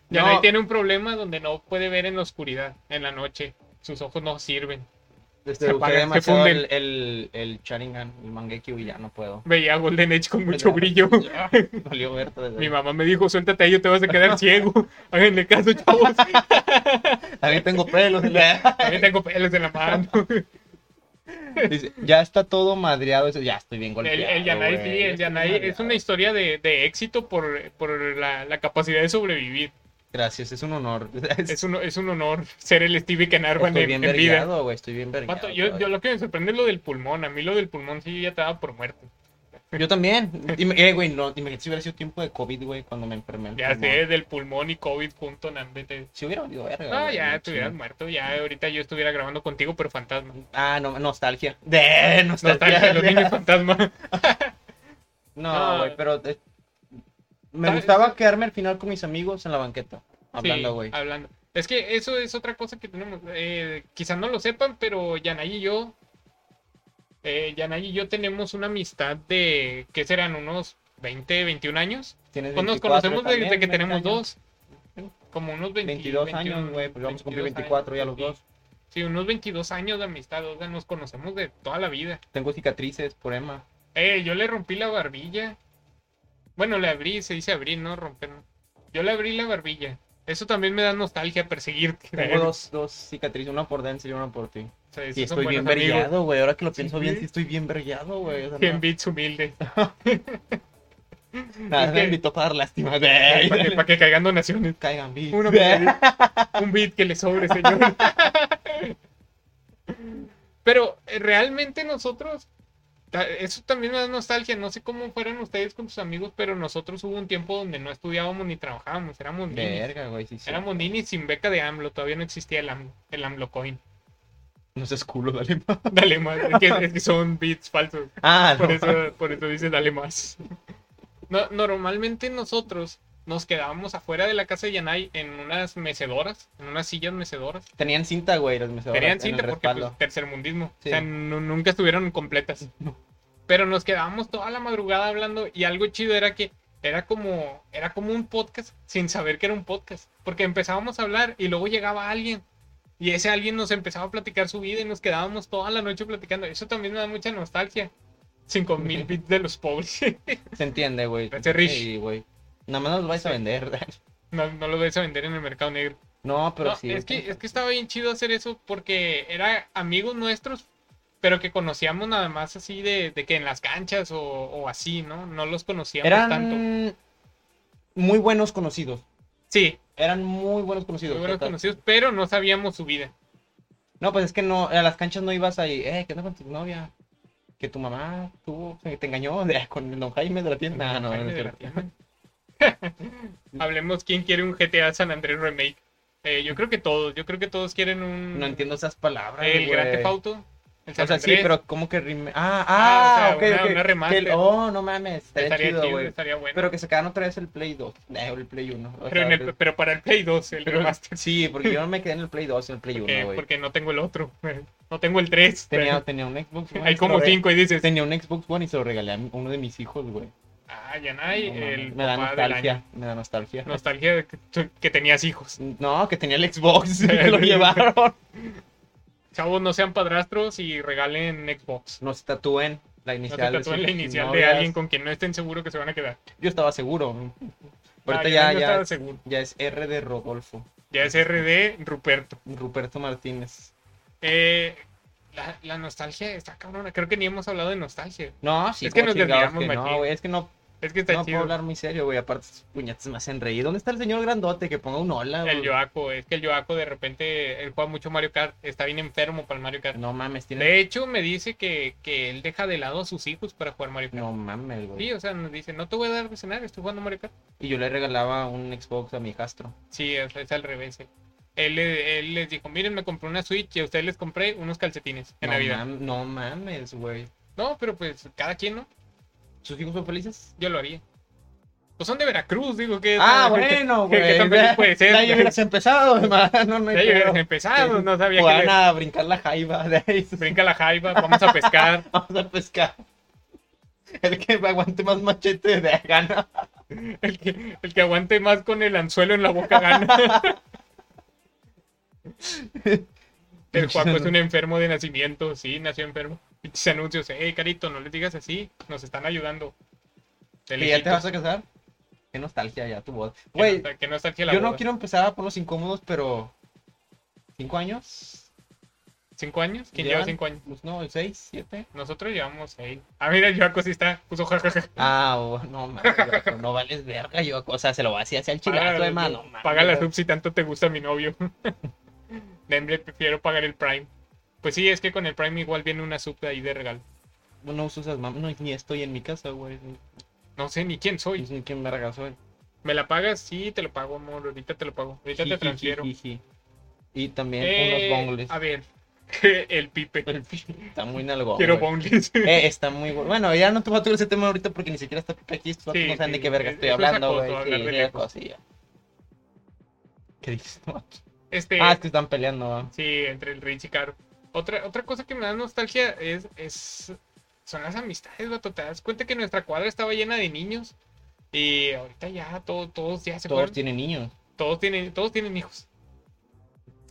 No, nadie tiene un problema donde no puede ver en la oscuridad, en la noche. Sus ojos no sirven. este, se usé apagan, se demasiado funden. el, el, el Sharingan, el Mangekyo, y ya no puedo. Veía Golden Age con mucho Ya. brillo. Ya, Valió ver todo eso. Mi mamá me dijo, suéltate ahí, o te vas a quedar ciego. Háganle caso, chavos. También tengo pelos. güey. También tengo pelos en la mano. Dice, ya está todo madreado. eso- Ya estoy bien El, golpeado. el Yanai, güey, sí, ya el estoy Yanai es madreado. una historia de, de éxito por, por la, la capacidad de sobrevivir. Gracias, es un honor. Es un, es un honor ser el Stevie Canarvan estoy en, bien en vida. vergueado, güey. Estoy bien vergueado. Vato, yo, yo todavía. lo que me sorprende es lo del pulmón. A mí lo del pulmón sí ya estaba por muerto. Yo también. Dime, eh, güey, no, imagínate si hubiera sido tiempo de COVID, güey, cuando me enfermé. el Ya pulmón. sé, del pulmón y COVID junto, no, en vez de- Si hubiera valido verga. No, güey, ya no, estuvieras sí. muerto. Ya ahorita yo estuviera grabando contigo, pero fantasma. Ah, no, nostalgia. De Nostalgia, nostalgia. los niños fantasma. No, güey, pero. eh, me ¿Sabes? gustaba quedarme al final con mis amigos en la banqueta. Sí, Ah, Hablando, güey. hablando. Es que eso es otra cosa que tenemos. Eh, quizás no lo sepan, pero Yanay y yo. Eh, Yanay y yo tenemos una amistad de. ¿Qué serán? Unos 20, 21 años. Tienes Pues nos 24 conocemos desde también, que 20 tenemos años. dos. Como unos 20 22 años, 21, güey. Pues vamos a cumplir 22 24 ya los años, dos. sí. Sí, unos 22 años de amistad. O sea, nos conocemos de toda la vida. Tengo cicatrices por Emma. Eh, yo le rompí la barbilla. Bueno, le abrí, se dice abrir, no romper. Yo le abrí la barbilla. Eso también me da nostalgia perseguirte. Tengo dos, dos cicatrices, una por Denzel y una por ti. O sea, esos Sí, son estoy bien buenos amigos. vergueado, güey. Ahora que lo Sí, pienso bien, sí. sí estoy bien vergueado, güey. O sea, 100 no- Ah, bits humilde. Nada, Es me que- invitó para dar lástima. Para que, güey. pa' que caigan donaciones. Caigan bien. Uno por ahí. Un bit que le sobre, señor. Pero eh, realmente nosotros. ta- Eso también me da nostalgia. No sé cómo fueron ustedes con sus amigos, pero nosotros hubo un tiempo donde no estudiábamos ni trabajábamos. Éramos ninis. Verga, güey, sí, sí. Éramos ninis sin beca de AMLO. Todavía no existía el AMLO, el AMLO Coin. No seas culo, dale más. Dale más. Es que, es que son beats falsos. Ah, Por no. eso, por eso dice dale más. No, normalmente nosotros nos quedábamos afuera de la casa de Yanai en unas mecedoras, en unas sillas mecedoras. Tenían cinta, güey, los mecedoras. Tenían en cinta el porque respaldo. pues, tercermundismo. Sí. O sea, nu- nunca estuvieron completas. No. Pero nos quedábamos toda la madrugada hablando y algo chido era que era como, era como un podcast sin saber que era un podcast. Porque empezábamos a hablar y luego llegaba alguien. Y ese alguien nos empezaba a platicar su vida y nos quedábamos toda la noche platicando. Eso también me da mucha nostalgia. 5000 bits de los pobres. Se entiende, güey. Vete, pues, Rich. Sí, güey. Nada más nos vais a Sí. vender. no, no lo ves a vender en el mercado negro. No, pero No, sí. es, que, es que estaba bien chido hacer eso porque era amigos nuestros, pero que conocíamos nada más así de, de que en las canchas o, o así, ¿no? No los conocíamos Eran tanto. muy buenos conocidos. Sí, Eran muy buenos conocidos. muy buenos total. conocidos, pero no sabíamos su vida. No, pues es que no, a las canchas no ibas ahí, eh, ¿qué onda con tu novia? Que tu mamá tuvo, que te engañó de- con el don Jaime de la tienda. No, no, Jaime no, es de la cierto. Tienda. Hablemos quién quiere un GTA San Andrés Remake. Eh, yo creo que todos, yo creo que todos quieren un... No entiendo esas palabras. El güey. Gran Theft Auto. El San O sea, sí, Andrés, pero como que rime... Ah, Ah, ah, o sea, ok, una- ok. una remaster. Que el- Oh, no mames, estaría, estaría chido, chido, güey. estaría bueno. Pero, Pero que sacaran otra vez el Play 2, eh, o el Play 1. o sea, en el- pero para el Play 2, el pero- remaster. Sí, porque yo no me quedé en el Play 2, en el Play 1, porque, güey. porque no tengo el otro. No tengo el 3. Tenía, tenía un Xbox One. y Hay se como lo re- 5 y dices, Tenía un Xbox One y se lo regalé a uno de mis hijos, güey. ah, Yanay, No mames, el me da papá del año. nostalgia, me da nostalgia. Nostalgia de que, que tenías hijos. No, que tenía el Xbox, que lo llevaron. Chavos, no sean padrastros y regalen Xbox. No se tatúen la No inicial. se de tatúen sus la inicial de novias. alguien con quien no estén seguros que se van a quedar. Yo estaba seguro. Pero Ah, ahorita ya, Yanay no ya, estaba es- seguro. ya es R de Rodolfo, Ya es RD Ruperto. Ruperto Martínez. Eh, la, la nostalgia está cabrona. Creo que ni hemos hablado de nostalgia. No, sí, Es que como nos chingados desviamos, que no, machín. güey, es que no, Es que está no puedo chido. hablar muy serio, güey. Aparte, sus puñetas me hacen reír. ¿Dónde está el señor grandote que ponga un hola, El güey? Yoaco, es que el Yoaco de repente él juega mucho Mario Kart. Está bien enfermo para el Mario Kart. No mames, tiene. De hecho, me dice que, que él deja de lado a sus hijos para jugar Mario Kart. No mames, Sí, güey. o sea, nos dice, no te voy a dar de cenar, estoy jugando Mario Kart. Y yo le regalaba un Xbox a mi hijastro. Sí, es, es al revés. eh. Él, le- él les dijo, miren, me compré una Switch y a ustedes les compré unos calcetines en no, Navidad. mam- no mames, güey. No, pero pues cada quien, ¿no? ¿Sus hijos son felices? Yo lo haría. Pues son de Veracruz, digo que... Ah, bueno, ¿Qué- güey. qué tan feliz puede ser? Ya hubieras empezado, hermano. No, Ya hay hubieras pedo. empezado, no sabía O que... van le- a brincar la jaiba de ahí. Brinca la jaiba, vamos a pescar. Vamos a pescar. El que aguante más machete de gana. El que, el que aguante más con el anzuelo en la boca gana. El Juaco es un enfermo de nacimiento, sí, nació enfermo. Pinches anuncios, hey Carito, no les digas así, nos están ayudando. Te ¿Y ya te lejitos. vas a casar? Qué nostalgia ya tu voz. Que Güey, no- que no está aquí la yo no boda. quiero empezar por los incómodos, pero. ¿Cinco años? ¿Cinco años? ¿Quién ¿Llevan? lleva cinco años? Pues no, seis, siete. Nosotros llevamos seis. Ah, mira, el Joaco sí está, puso jajaja. Ah, oh, no, mames, vato, no vales verga. Yo, o sea, se lo hacía hacia el chilazo, hermano. mames. paga la sub si tanto te gusta mi novio. Demble, prefiero pagar el Prime. Pues sí, es que con el Prime igual viene una sub ahí de regalo. No uso esas mam- no, ni estoy en mi casa, güey. No sé ni quién Ni soy. sé quién verga soy. ¿Me la pagas? Sí, te lo pago, amor. Ahorita te lo pago. Ahorita te Jiji, transfiero. jiji. Y también Eh, unos bongles. A ver, el pipe. Está muy nalgón. Quiero güey. bongles. Eh, está muy bueno. Bueno, ya no te voy a tocar ese tema ahorita porque ni siquiera está Pepe aquí. estos vatos Sí, no saben sí, de qué verga es- estoy eso es hablando, acoso, güey. Sí, hablar de sí, lejos. acoso, sí, ya. ¿Qué dices? tú? Este, Ah, es que están peleando, ¿no? sí, entre el Rich y Caro. Otra, otra cosa que me da nostalgia es, es son las amistades, vato. Te das cuenta que nuestra cuadra estaba llena de niños y ahorita ya todo, todos ya se Todos fueron. tienen niños. Todos tienen, todos tienen hijos.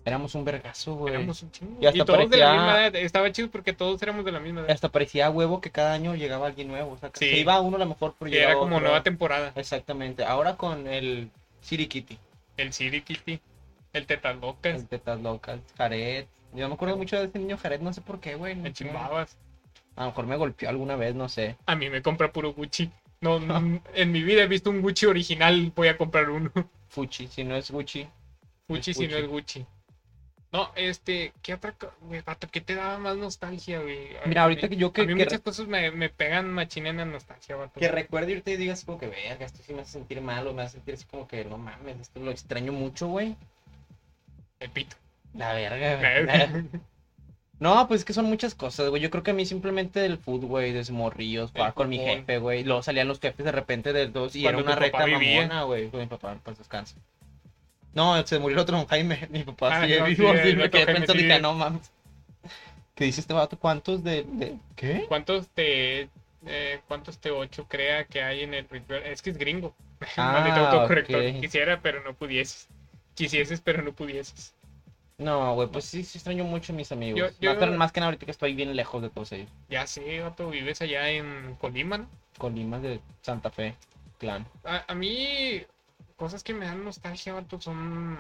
Éramos un vergazo, güey. Éramos un chingo. Y hasta todos de la parecía- misma edad. Estaba chido porque todos éramos de la misma edad. Hasta parecía a huevo que cada año llegaba alguien nuevo. O sea, que Sí. se iba uno a lo mejor, pero Y era llegaba como otro. nueva temporada. Exactamente. Ahora con el Siri Kitty, El Siri Kitty, el Tetalocas, el Tetas Locas, Jared. Yo me acuerdo mucho de ese niño Jared, no sé por qué, güey. no el sé. Chimbabas. A lo mejor me golpeó alguna vez, no sé. A mí me compra puro Gucci. No, Ah. no, en mi vida he visto un Gucci original, voy a comprar uno. Fuchi, si no es Gucci. Gucci Es si no Gucci. es Gucci. No, este, ¿qué otra cosa, güey, vato, ¿Qué te daba más nostalgia, güey? A Mira, ahorita mí- que yo A que, mí que, muchas cosas me, me pegan machina en la nostalgia, vato. que recuerde ahorita y digas como que, verga, esto sí me hace sentir malo, me hace sentir así como que, no mames, esto lo extraño mucho, güey. El pito. La verga, güey. Nah, No, pues es que son muchas cosas, güey. Yo creo que a mí simplemente del fútbol, güey, de morrillos, jugar con mi fútbol. jefe, güey. Luego salían los jefes de repente del dos y Cuando era una tu reta papá vivía. mamona, güey. Con mi papá, pues descanso. No, se murió el otro don Jaime. Mi papá Ah, sigue no, sí, vivo. sí, el me otro quedé Jaime pensando y sí dije, vive. no mames. ¿Qué dice este vato? ¿Cuántos de, de- ¿Qué? ¿Cuántos te... eh, ¿Cuántos te 8 crea que hay en el Reaper? Es que es gringo. Ah, Maldito autocorrector. ok. Quisiera, pero no pudieses. Quisieses, pero no pudieses. No, güey, pues sí, sí extraño mucho a mis amigos. Yo- Más- yo- pero más que nada ahorita que estoy bien lejos de todos ellos. Ya sé, vato, vives allá en Colima, ¿no? Con limas de Santa Fe, clan. A, a mí, cosas que me dan nostalgia, vato, son,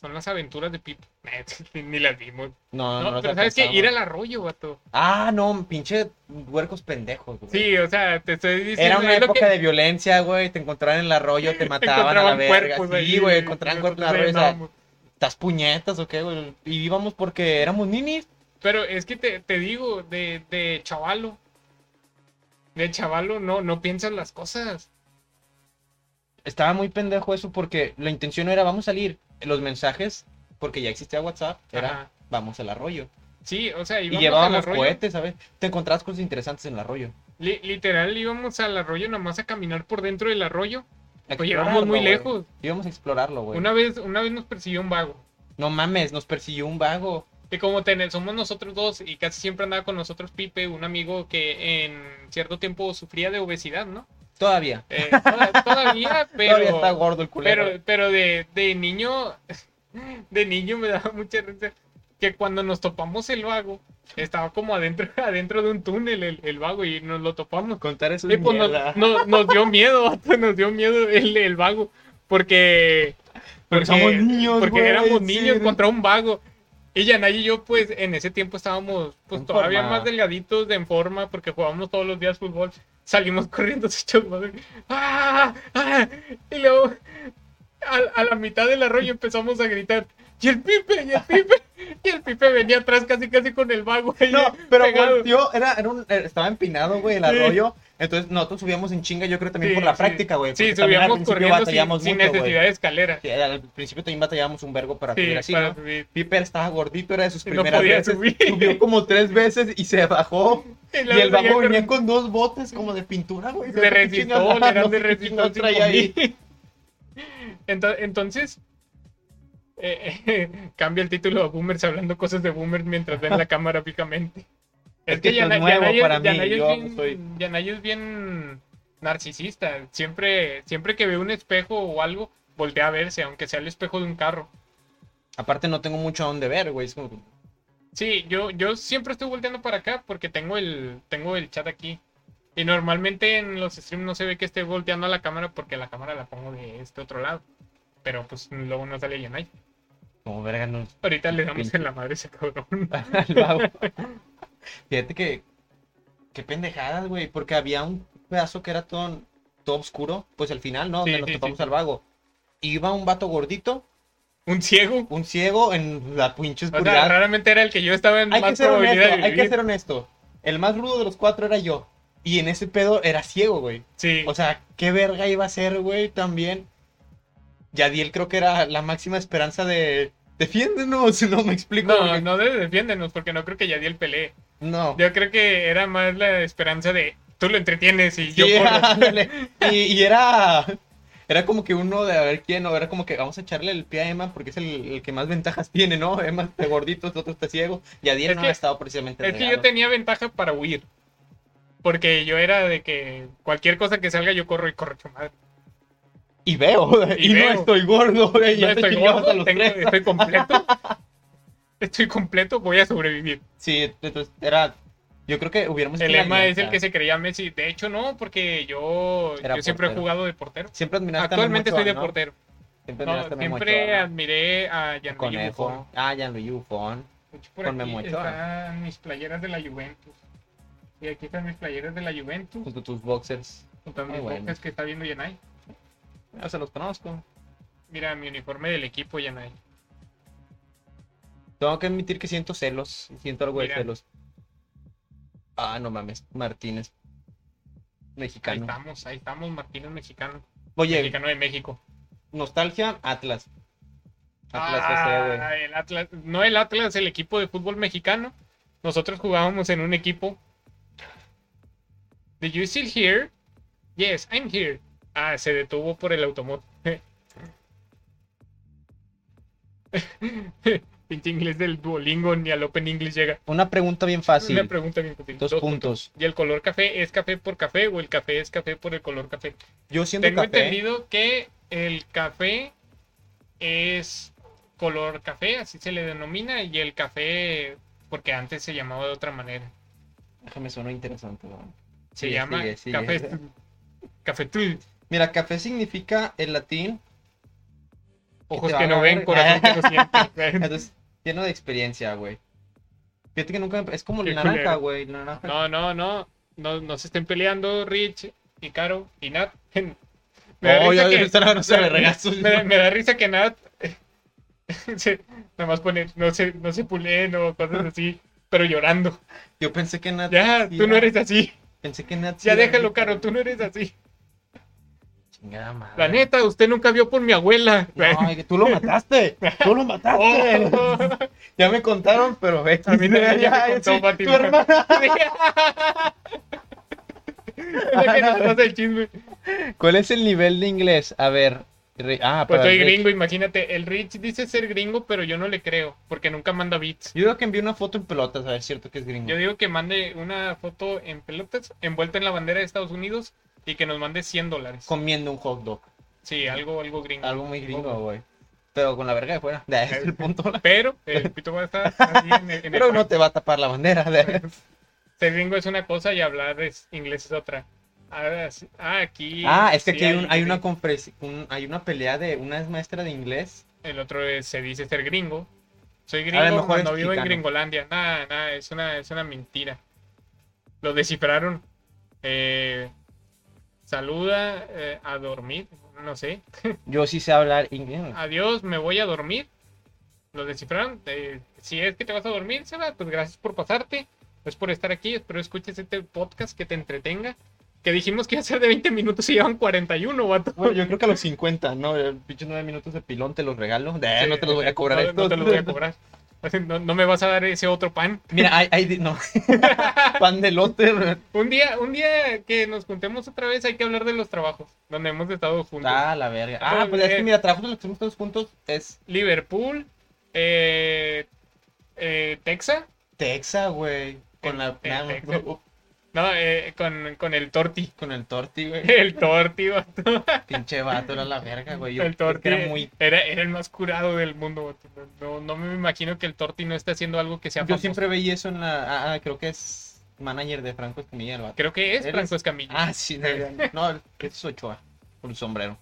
son las aventuras de Pipo. Ni las vimos. No, No, no, no. los pero sabes que alcanzamos. ir al arroyo, vato. Ah, no, pinche huercos pendejos, güey. Sí, o sea, te estoy diciendo. Era una es lo época que- de violencia, güey. Te encontraban en el arroyo, te mataban a la encontraban verga. cuerpos sí, ahí, güey, y encontraban cuerpos nosotros en el arroyo. o sea, ahí andábamos. ¿Estás puñetas o qué, güey? Y íbamos porque éramos ninis. Pero es que te, te digo, de, de chavalo. De chavalo no, no piensas las cosas. Estaba muy pendejo eso porque la intención no era vamos a salir. Los mensajes, porque ya existía WhatsApp, era Ajá. vamos al arroyo. Sí, o sea, Y íbamos al llevábamos arroyo. cohetes, ¿sabes? Te encontrabas cosas interesantes en el arroyo. Li- literal íbamos al arroyo nomás a caminar por dentro del arroyo. Pues Explorarlo, llegamos muy güey. lejos. Íbamos a explorarlo, güey. Una vez, una vez nos persiguió un vago. No mames, nos persiguió un vago. Que como ten- somos nosotros dos y casi siempre andaba con nosotros Pipe, un amigo que en cierto tiempo sufría de obesidad, ¿no? Todavía. Eh, toda- todavía, pero... Todavía está gordo el culero. Pero, pero de, de niño, de niño me daba mucha risa que cuando nos topamos el vago, estaba como adentro, adentro de un túnel el, el vago y nos lo topamos. Contar eso Y pues nos, nos- nos dio miedo, vato, nos dio miedo el, el vago, porque, Porque somos niños, porque güey, éramos sí. niños contra un vago. Y Yanay y yo, pues, en ese tiempo estábamos pues, En todavía forma. más delgaditos, de en forma, porque jugábamos todos los días fútbol. Salimos corriendo, se echó madre. ¡Ah! ¡Ah! Y luego, a, a la mitad del arroyo empezamos a gritar, ¡Y el pipe! ¡Y el pipe! Y el pipe venía atrás casi casi con el vago. ahí No, pero pegado. volteó, era, era un, eh, estaba empinado, güey, el Sí. arroyo. Entonces nosotros subíamos en chinga, yo creo también Sí, por la sí. práctica, güey. Sí, porque también al subíamos principio corriendo sin, batallamos sin mucho, güey. necesidad de escalera. Sí, Al principio también batallábamos un vergo para Sí, subir así, para ¿no? subir. Piper estaba gordito, era de sus Y no primeras podía veces. subir. Subió como tres veces y se bajó. la y el verdad, vago ya venía con dos botes como de pintura, güey. Le resistó, le No eran sé de qué resistó chingados traía ahí. Entonces, eh, eh, cambia el título a Boomers hablando cosas de Boomers mientras ven la cámara fijamente. Es que esto es nuevo Yanay para mí, Yanay es yo bien- soy- Yanay es bien narcisista. Siempre, siempre que ve un espejo o algo, voltea a verse, aunque sea el espejo de un carro. Aparte no tengo mucho a dónde ver, güey. Es como... Sí, yo, yo siempre estoy volteando para acá porque tengo el, tengo el chat aquí. Y normalmente en los streams no se ve que esté volteando a la cámara porque la cámara la pongo de este otro lado. Pero pues luego no sale Yanai. Como verga, no... Ahorita le damos en la madre a ese cabrón. al vago. Fíjate que. Qué pendejadas, güey. Porque había un pedazo que era todo, todo oscuro. Pues al final, ¿no? Donde Sí, nos sí, topamos sí. al vago. Iba un vato gordito, Un ciego. un ciego en la pinche O sea, oscuridad. raramente era el que yo estaba en hay que más ser honesto, probabilidad de hay que vivir. ser honesto. El más rudo de los cuatro era yo. Y en ese pedo era ciego, güey. Sí, O sea, qué verga iba a ser, güey, también. Yadiel creo que era la máxima esperanza de. Defiéndenos, no me explico. no, porque- no de- defiéndenos porque no creo que Yadiel pelee. no. Yo creo que era más la esperanza de tú lo entretienes y yo Sí, corro. ándale. Y, y era. Era como que uno de a ver quién, o era como que vamos a echarle el pie a Emma porque es el, el que más ventajas tiene, ¿no? Emma está gordito, el otro está ciego. Y Adiel Es no que- ha estado precisamente Es que yo delgado. tenía ventaja para huir. Porque yo era de que cualquier cosa que salga yo corro y corro, tu madre. Y veo, y, Y no veo. estoy gordo, güey. No ya te estoy chingabas gordo, a los tengo- tres. estoy completo. estoy completo, voy a sobrevivir. Sí, entonces era. Yo creo que hubiéramos El hecho una lema es el alianza. que se creía Messi. De hecho, no, porque yo, Era yo siempre he portero. jugado de portero. Siempre admiraste Actualmente a Memo soy de Ochoa, ¿no? este portero. Siempre No, admiraste a Memo siempre Ochoa, admiré a ¿no? Gianluigi Buffon. Conejo. Ah, Gianluigi Buffon. De hecho, por Con aquí Memo Ochoa. están mis playeras de la Juventus. Y aquí están mis playeras de la Juventus. Junto a tus boxers. Junto a Muy mis bueno. boxers que está viendo Yanai. Ya se los conozco. Mira, mi uniforme del equipo, Yanai. Tengo que admitir que siento celos. Siento algo Mira. de celos. Ah, no mames. Martínez. Ahí Mexicano. estamos, ahí estamos, Martínez mexicano. Oye, Mexicano de México. nostalgia, Atlas. Atlas FC, Ah, güey. el Atlas, no el Atlas, el equipo de fútbol mexicano, Nosotros jugábamos en un equipo. ¿Do you still here? Yes, I'm here. Ah, se detuvo por el automóvil. Pinche inglés del Duolingo ni al Open English llega. Una pregunta bien fácil. Una pregunta bien fácil. Dos, puntos. ¿Y el color café es café por café o el café es café por el color café? Yo siendo Tengo café, entendido que el café es color café, así se le denomina, y el café, porque antes se llamaba de otra manera. déjame suena interesante. ¿no? Se Sigue, llama sigue, sigue. café. Cafetul. Mira, café significa en latín, Ojos te que van a no ven, ver. corazón que no siente. entonces, lleno de experiencia, güey. Fíjate que nunca, es como Qué el naranja, culero. güey, el naranja. No, no, no, no. No se estén peleando, Rich y Caro y Nat. Me da Oh, risa ya que- vi, ahora no se me regazos. me, da- me da risa que Nat se- nada más pone, no se, no se pulen o cosas así, pero llorando. Yo pensé que Nat. Ya, sí tú no era- eres así. Pensé que Nat. sí Ya era- déjalo, Caro, tú no eres así. Chingada madre. La neta, usted nunca vio por mi abuela. No, que tú lo mataste. Tú lo mataste. Oh. Ya me contaron, pero ve. A mí también ya me yo contó soy Pati, Tu mujer. hermana. Es que nos pasa el chisme. ¿Cuál es el nivel de inglés? A ver. re- Ah, Pues para soy el Rich. gringo, imagínate. El Rich dice ser gringo, pero yo no le creo, porque nunca manda beats. Yo creo que envié una foto en pelotas, a ver, cierto que es gringo. Yo digo que mande una foto en pelotas, envuelta en la bandera de Estados Unidos, y que nos mande 100 dólares. Comiendo un hot dog. Sí, algo, algo gringo. Algo muy gringo, güey. Pero con la verga de fuera. De ahí es el punto. Pero el pito va a estar así en el, en el Pero no te va a tapar la bandera. de- Ser gringo es una cosa y hablar es- inglés es otra. Ah, sí- ah, aquí. Ah, es que sí aquí hay, un- hay una confres- un- hay una pelea de una es maestra de inglés. El otro es- se dice ser gringo. Soy gringo mejor cuando es vivo en gitano. Gringolandia. Nada, nada, es una, es una mentira. Lo descifraron. Eh, saluda eh, a dormir, no sé. Yo sí sé hablar inglés. Adiós, me voy a dormir. Lo descifraron. Eh, si es que te vas a dormir, Seba, pues gracias por pasarte. Es por estar aquí. Espero escuches este podcast que te entretenga. Que dijimos que iba a ser de 20 minutos y llevan 41, vato. Bueno, yo creo que a los 50, ¿no? Eh, Pinches 9 minutos de pilón te los regalo. De, "Ah, Sí, no te los voy a cobrar no, esto. no te los voy a cobrar. No, no me vas a dar ese otro pan. Mira, hay, hay de- no. pan de lote. Un día, un día que nos juntemos otra vez hay que hablar de los trabajos donde hemos estado juntos. Ah, la verga. Ah, pues es que mira, trabajos en los que estamos todos juntos es Liverpool, eh, eh, Texas, Texas, güey. Con la En- en na- Texas. no, eh, con, con el Torti. con el torti, güey. El Torti, vato, Pinche vato era la verga, güey. Yo el creo Torti que era muy era, era el más curado del mundo. vato. No, no me imagino que el Torti no esté haciendo algo que sea Yo famoso. siempre veía eso en la ah, ah, creo que es manager de Franco Escamilla, el vato. Creo que es Eres- Franco Escamilla. Ah, sí, no, no, es Ochoa con sombrero.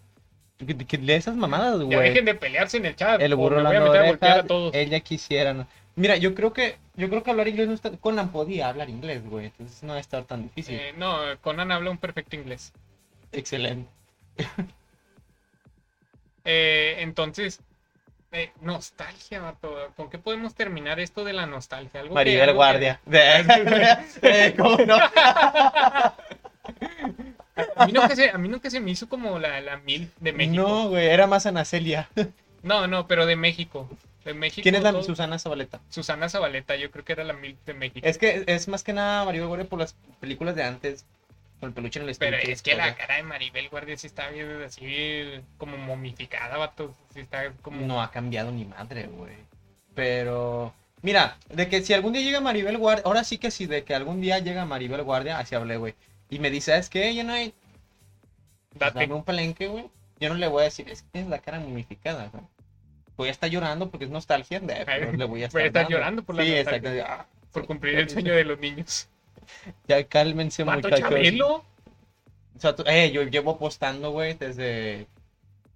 Que- que- De esas mamadas, ya güey. dejen de pelearse en el chat. El o burro me voy a la meter a golpear a oreja, todos. ella quisiera. ¿no? Mira, yo creo que yo creo que hablar inglés no está Conan podía hablar inglés, güey, entonces no va a estar tan difícil. Eh, no, Conan habla un perfecto inglés. Excelente. Eh, entonces, eh, nostalgia, vato. ¿Con qué podemos terminar esto de la nostalgia? ¿Algo que- Maribel algo que- Guardia. Eh, ¿cómo no? A mí nunca se, a mí nunca se me hizo como la, la mil de México. No, güey, era más Ana Celia. No, no, pero de México. De México ¿Quién es la todo- Susana Zabaleta? Susana Zabaleta, yo creo que era la mil de México. Es que es más que nada Maribel Guardia por las películas de antes con el peluche en el Pero estuche, es que la güey. cara de Maribel Guardia sí está bien así como momificada, vato. Sí está como... no ha cambiado ni madre, güey. Pero mira, de que si algún día llega Maribel Guardia, ahora sí que sí, de que algún día llega Maribel Guardia, así hablé, güey. Y me dice, ¿sabes qué? Yo no hay, pues, Date. dame un palenque, güey. Yo no le voy a decir, es que tienes la cara momificada, güey. Voy a estar llorando porque es nostalgia, de, pero le voy a estar, Voy a estar dando. llorando por la Sí, nostalgia. exacto. Ah, Por cumplir el sueño de los niños. Ya cálmense, Vato muchachos. Chabelo, O sea, tú- eh, yo llevo apostando, güey, desde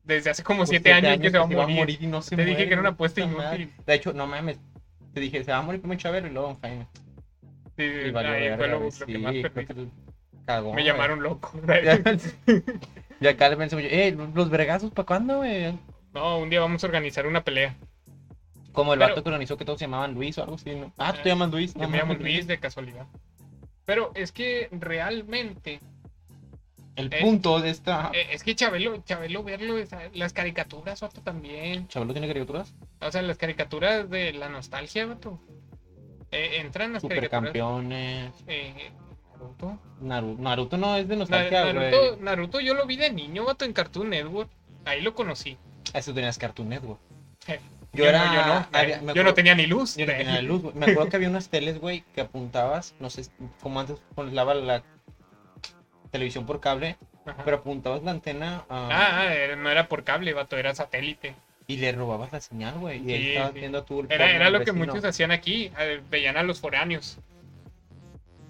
desde hace como Pues, siete, años, que se va a morir. y no se Te dije muere, que era una apuesta puta madre. inútil. De hecho, no mames. Te dije, se va a morir como Chabelo y luego Don Jaime. Sí, Y valió ahí verga, fue lo, güey, lo que sí, más creo perdí. que cagó, Me güey. llamaron loco. Ya, ya cálmense mucho. Eh, los vergazos, ¿para cuándo, güey? No, un día vamos a organizar una pelea. Como el Pero- vato que organizó que todos se llamaban Luis o algo así, ¿no? Ah, tú Ah, te llamas Luis. Yo no me llamo mames. Luis de casualidad. Pero es que realmente, El Eh, punto de esta. ah, eh, es que Chabelo, Chabelo verlo, esa- las caricaturas, vato, también. ¿Chabelo tiene caricaturas? O sea, las caricaturas de la nostalgia, vato. Eh, entran las caricaturas. Supercampeones. Eh, Naruto. Naruto. Naruto no es de Na- nostalgia, güey. Naruto, Naruto yo lo vi de niño, vato, en Cartoon Network. Ahí lo conocí. Eso tenías Cartoon Network. Eh, Yo, no- era. yo no, eh, había- me yo no acuerdo- tenía ni luz. yo no eh. tenía luz, güey. Me acuerdo que había unas teles, güey, que apuntabas. No sé cómo antes lava la televisión por cable, Ajá. pero apuntabas la antena ah, Ah, ah, era- no era por cable, vato, era satélite. y le robabas la señal, güey. Y ahí Sí, estabas sí. viendo tú. el Era, porno era del lo que vecino. muchos hacían aquí, eh, veían a los foráneos.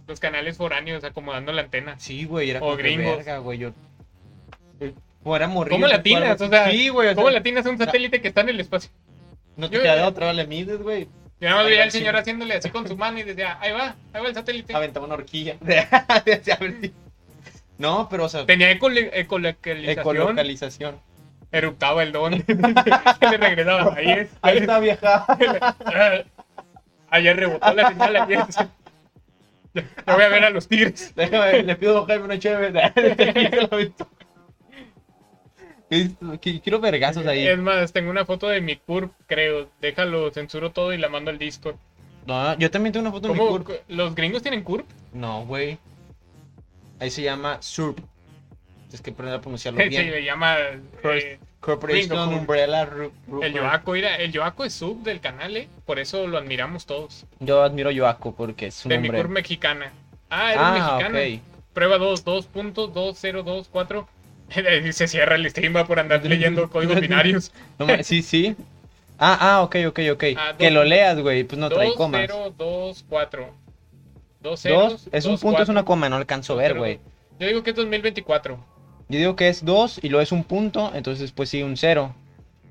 Los canales foráneos acomodando la antena. Sí, güey, era O como que gringos. verga, güey. Yo. Como era morrillo, ¿Cómo me latinas? acuerdo. O sea, sí, güey. o ¿Cómo sea, la tienes a un satélite que está en el espacio? No te yo- queda de otra, le mides, güey. Yo nada más Ahí veía va al el señor cine. haciéndole así con su mano y decía, ahí va, ahí va el satélite. Aventaba una horquilla. Decía, a ver si- No, pero, o sea, Tenía ecole- ecolocalización, ecolocalización. eruptaba el don. Que le regresaba, ahí es. Ahí está vieja. Ayer rebotó la señal, ayer. No voy a ver a los tigres. Déjame, le pido a Jaime una chévere. Quiero vergazos ahí. Es más, tengo una foto de mi curb, creo. Déjalo, censuro todo y la mando al Discord. No, yo también tengo una foto en mi ¿Cómo? curp. ¿Los gringos tienen curb? No, güey. Ahí se llama SURP. Es que aprender a pronunciarlo Se bien. le llama eh, Gringo Corporation Curp. Umbrella Ru- Rupert. el Yoaco. Mira, el Yoaco es sub del canal, eh. Por eso lo admiramos todos. Yo admiro a Yoaco porque es un De mi hombre. curb mexicana. Ah, era Ah, mexicana. ok. Prueba 2, 2.2024. Ahí Se cierra el stream, va por andar leyendo códigos binarios. No ma- sí, sí. Ah, ah, ok, ok, ok. Ah, que dos- lo leas, güey. Pues no trae comas. 2024. Dos Dos, ceros, es un dos punto, es cuatro. una coma, no alcanzo a ver, Pero- güey. Yo digo que es 2024. Yo digo que es 2 y luego es un punto, entonces después sigue un 0.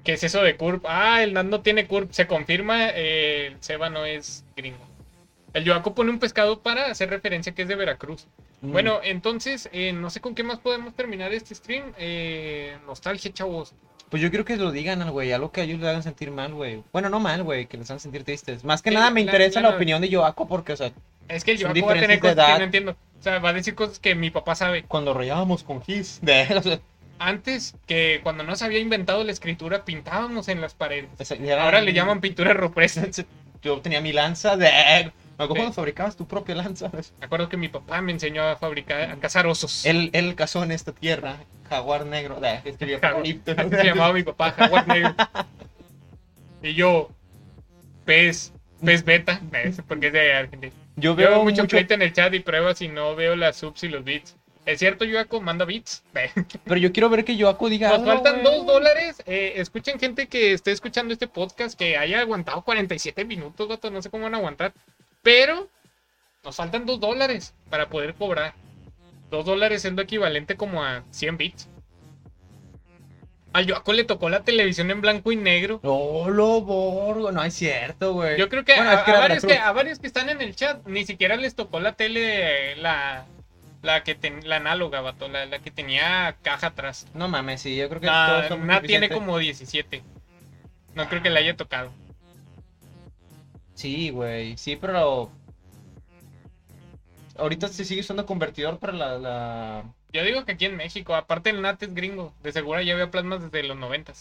¿Qué es eso de Curb? Ah, el Nando tiene Curb. Se confirma, eh, el Seba no es gringo. El Yoaco pone un pescado para hacer referencia que es de Veracruz. Mm. Bueno, entonces, eh, no sé con qué más podemos terminar este stream. Eh, nostalgia, chavos. Pues yo quiero que lo digan al güey, algo que a ellos le hagan sentir mal, güey. Bueno, no mal, güey, que les hagan sentir tristes. Más que Sí, nada me la- interesa la- la, opinión de Yoaco porque, o sea, Es que el Son Yoaco va a diferencias tener de cosas que edad. no entiendo. O sea, va a decir cosas que mi papá sabe. cuando rayábamos con Kiss, de, o sea, Antes, que cuando no se había inventado la escritura, pintábamos en las paredes. o sea, ya era- Ahora le llaman pintura rupestre. Yo tenía mi lanza, de... Me acuerdo Sí. cuando fabricabas tu propia lanza. pues. Me acuerdo que mi papá me enseñó a fabricar, a cazar osos. Él, él cazó en esta tierra, jaguar negro, de, escribía Jaguar. Apocalipto, Así ¿no? se llamaba mi papá, jaguar negro. Y yo, pez, pez beta, es porque es de Argentina. Yo Yo veo veo mucho mucho, pleito en el chat y pruebas si no veo las subs y los bits. ¿Es cierto, Yuaco? ¿Manda bits? pero yo quiero ver que Yoaco diga Nos algo, faltan güey. dos dólares. Eh, escuchen gente que esté escuchando este podcast que haya aguantado 47 minutos, gato. No sé cómo van a aguantar. Pero nos faltan dos dólares para poder cobrar. Dos dólares es lo equivalente como a 100 bits. Al Yoaco le tocó la televisión en blanco y negro. No, lo borgo, no es cierto, güey. Yo creo que, Bueno, a, es que a era varios que Veracruz. a varios que están en el chat ni siquiera les tocó la tele, eh, la, la, que ten- la análoga, vato, la, la que tenía caja atrás. No mames, sí, yo creo que todos La, somos Nat tiene deficientes. como 17. No creo que la haya tocado. Sí, güey, sí, pero... Ahorita se sigue usando convertidor para la... la- Yo digo que aquí en México, aparte el Nat es gringo, de seguro ya había plasmas desde los 90.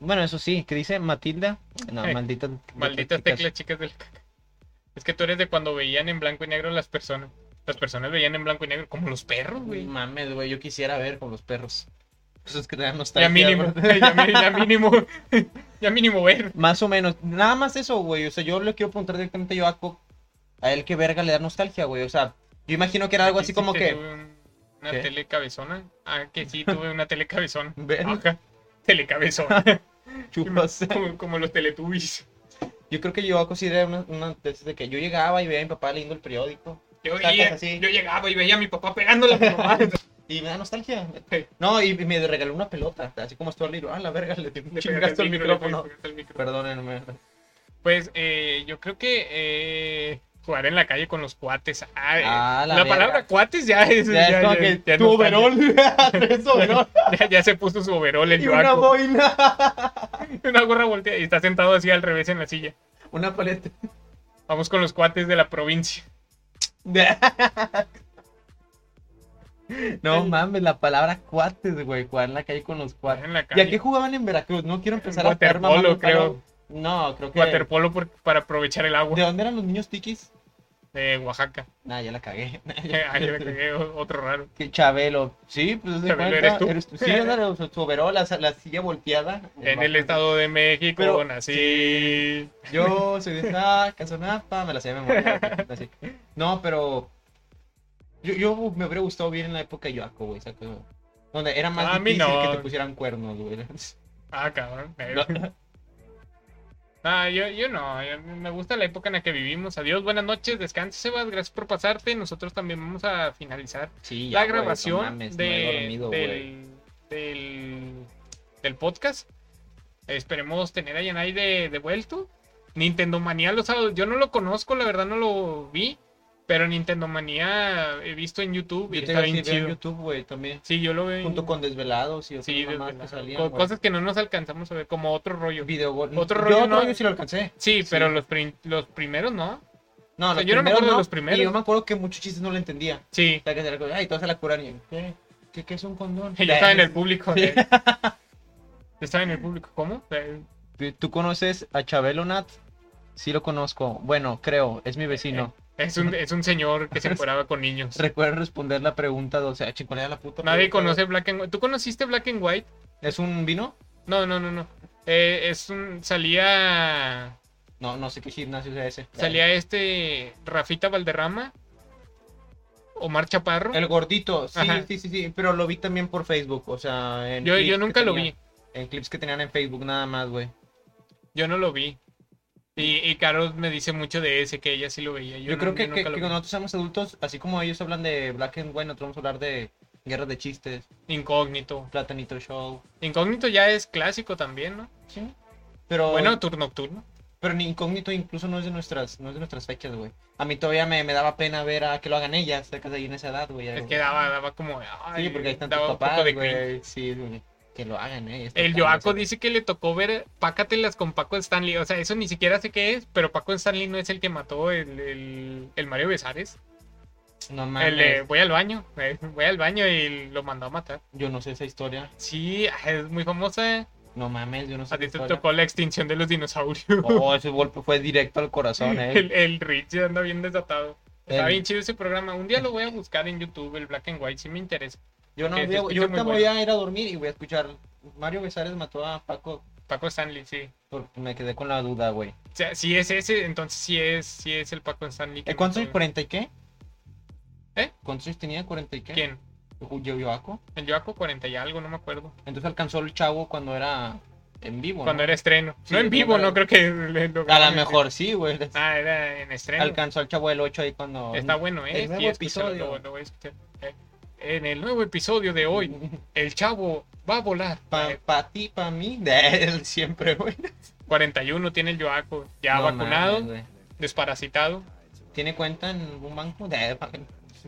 Bueno, eso sí, que dice Matilda. No, Eh, maldita... Malditas teclas chicas del caca. Es que tú eres de cuando veían en blanco y negro las personas. Las personas veían en blanco y negro como los perros, güey. Mames, güey, yo quisiera ver con los perros. Eso es que te dan Ya nostalgia, mínimo, bro. ya, mi- ya mínimo, ya mínimo ver. Más o menos, nada más eso, güey. O sea, yo le quiero preguntar directamente a Yoaco a él qué verga le da nostalgia, güey. O sea, yo imagino que era algo Aquí así sí como te que... tuve un- Una ¿Qué? tele cabezona. Ah, que sí, tuve una tele cabezona. Ver, Ajá, tele cabezona. chupas. como, como los teletubbies. Yo creo que Yoaco sí era una, una de esas de que yo llegaba y veía a mi papá leyendo el periódico. Yo, Sacas veía- así. yo llegaba y veía a mi papá pegándole a mi mamá. Y me da nostalgia. Sí. No, y me regaló una pelota, así como estoy libro. Ah, la verga, le di un Le chingazo pegaste al el micro, le micrófono. pegaste el micro. Perdónenme. Pues eh, yo creo que eh, jugar en la calle con los cuates. Ah, eh, Ah, la la palabra verga. cuates ya es. Ya es como que ya tu no está- overol, tres overol ya- ya se puso su overol el y una yuaco. boina, Una gorra volteada y está sentado así al revés en la silla. una paleta. Vamos con los cuates de la provincia. No mames, la palabra cuates, güey, jugar en la calle con los Jugar cuates. en la Ah, ¿Y calle. a qué jugaban en Veracruz? No quiero empezar a jugar Waterpolo, mamando, creo. No, creo que. Waterpolo por- para aprovechar el ¿De agua dónde eran los niños tikis? de Oaxaca. Nah, ya la cagué. Ahí le cagué o- otro raro. Que Chabelo. Sí, pues de Chabelo, cuenta, ¿eres tú? Sí, era su, su overol, la, la silla volteada. En el Estado de México Pero- nací. Yo soy de Casonapa, me la sé de memoria. güey, así. No, pero. Yo, yo me hubiera gustado vivir en la época de Yoaco, güey. esa cosa. Donde era más Ah, A mí difícil no. que te pusieran cuernos, güey. Ah, cabrón. Eh. No. Ah, yo, yo no, yo- me gusta la época en la que vivimos. Adiós, buenas noches, descansa, Sebas, gracias por pasarte. Nosotros también vamos a finalizar Sí, la güey, no grabación mames, no de, he dormido, güey. del, del, del podcast. Esperemos tener a Yanai de, de vuelto. Nintendo Manía los sábados, yo no lo conozco, la verdad no lo vi, pero Nintendo Manía he visto en YouTube y Yo te está iba a bien decir, veo en chido. YouTube, güey, también. Sí, yo lo veo en- Junto con Desvelados y otras sí, mamás desde la- que salían. co- güey. cosas que no nos alcanzamos a ver, como otro rollo. Videogol- Otro yo rollo otro no- rollo sí lo alcancé. Sí, Sí. pero los, prim- los primeros no. No, sea, los yo no me primeros acuerdo de los primeros. Y yo me acuerdo que muchos chistes no lo entendía. Sí, O sea, que se la- Ay, todos se la curan y... ¿Qué? ¿Qué, qué es un condón? yo estaba en el público. Sí. eh. Yo estaba en el público, ¿cómo? Eh, ¿Tú conoces a Chabelo Nat? Sí lo conozco. Bueno, creo, es mi vecino. Es un, es un señor que se encueraba con niños. Recuerda responder la pregunta, o sea, ching, ¿cuál era la puta Nadie pregunta? conoce Black and White. ¿Tú conociste Black and White? ¿Es un vino? No, no, no, no. Eh, es un, salía No, no sé qué gimnasio sea ese. salía este Rafita Valderrama, Omar Chaparro. El gordito, sí, Ajá. sí, sí, sí, pero lo vi también por Facebook, o sea, en Yo, clips yo que nunca lo vi, tenían- En clips que tenían en Facebook nada más, güey. yo no lo vi. Y, y Carol me dice mucho de ese, que ella sí lo veía. Yo, Yo, creo no- que, yo que- nunca lo que vi. cuando nosotros somos adultos, así como ellos hablan de Black and White, nosotros vamos a hablar de guerra de chistes, Incógnito. Platanito Show, Incógnito ya es clásico también, ¿no? ¿sí? Pero, Bueno, turno nocturno. pero ni incógnito incluso no es de nuestras, no es de nuestras fechas, güey. A mí todavía me, me daba pena ver a que lo hagan ellas, sacas ahí en esa edad, güey. Es que daba, daba como. ay, Sí, porque ahí están tus daba un poco papás, de cringe. güey. Sí, güey. Que lo hagan, eh. Está El cabrón, Yoaco ese- dice que le tocó ver Pácatelas con Paco Stanley. O sea, eso ni siquiera sé qué es, pero Paco Stanley no es el que mató el, el- el Mario Besares. No mames, El de, voy al baño, eh, voy al baño y lo mandó a matar. yo no sé esa historia. Sí, ah, es muy famosa. No mames, yo no sé A esa ti te historia. tocó la extinción de los dinosaurios. Oh, ese golpe fue directo al corazón, eh. El, el Rich anda bien desatado. Está El- bien chido ese programa. Un día lo voy a buscar en YouTube, el Black and White, si me interesa. Yo no, Que se Diego, escuche yo ahorita muy voy a ir a dormir y voy a escuchar. Mario Besares mató a Paco Paco Stanley, sí. porque me quedé con la duda, güey. O sea, si es ese, entonces sí es, sí es el Paco Stanley. que Eh, ¿Cuántos mató- años? ¿40 y qué? ¿Eh? ¿Cuántos años tenía? ¿40 y qué? ¿Quién? Yo, Yoaco. El Yoaco 40 y algo, no me acuerdo. Entonces alcanzó el chavo cuando era en vivo. Cuando ¿no? era estreno. Sí, no en vivo, cuando- no creo que le- lo A graben. lo mejor sí, güey. Ah, era en estreno. Alcanzó al chavo del 8 ahí cuando. Está bueno, ¿eh? El nuevo Sí, escúchalo, episodio. lo voy- lo voy a escuchar. Eh, En el nuevo episodio de Uh. hoy, el chavo va a volar. Para Eh, ti, para mí, de él siempre, güey. 41 tiene el Yoaco. Ya No vacunado, mames, güey. desparasitado. ¿Tiene cuenta en algún banco? De-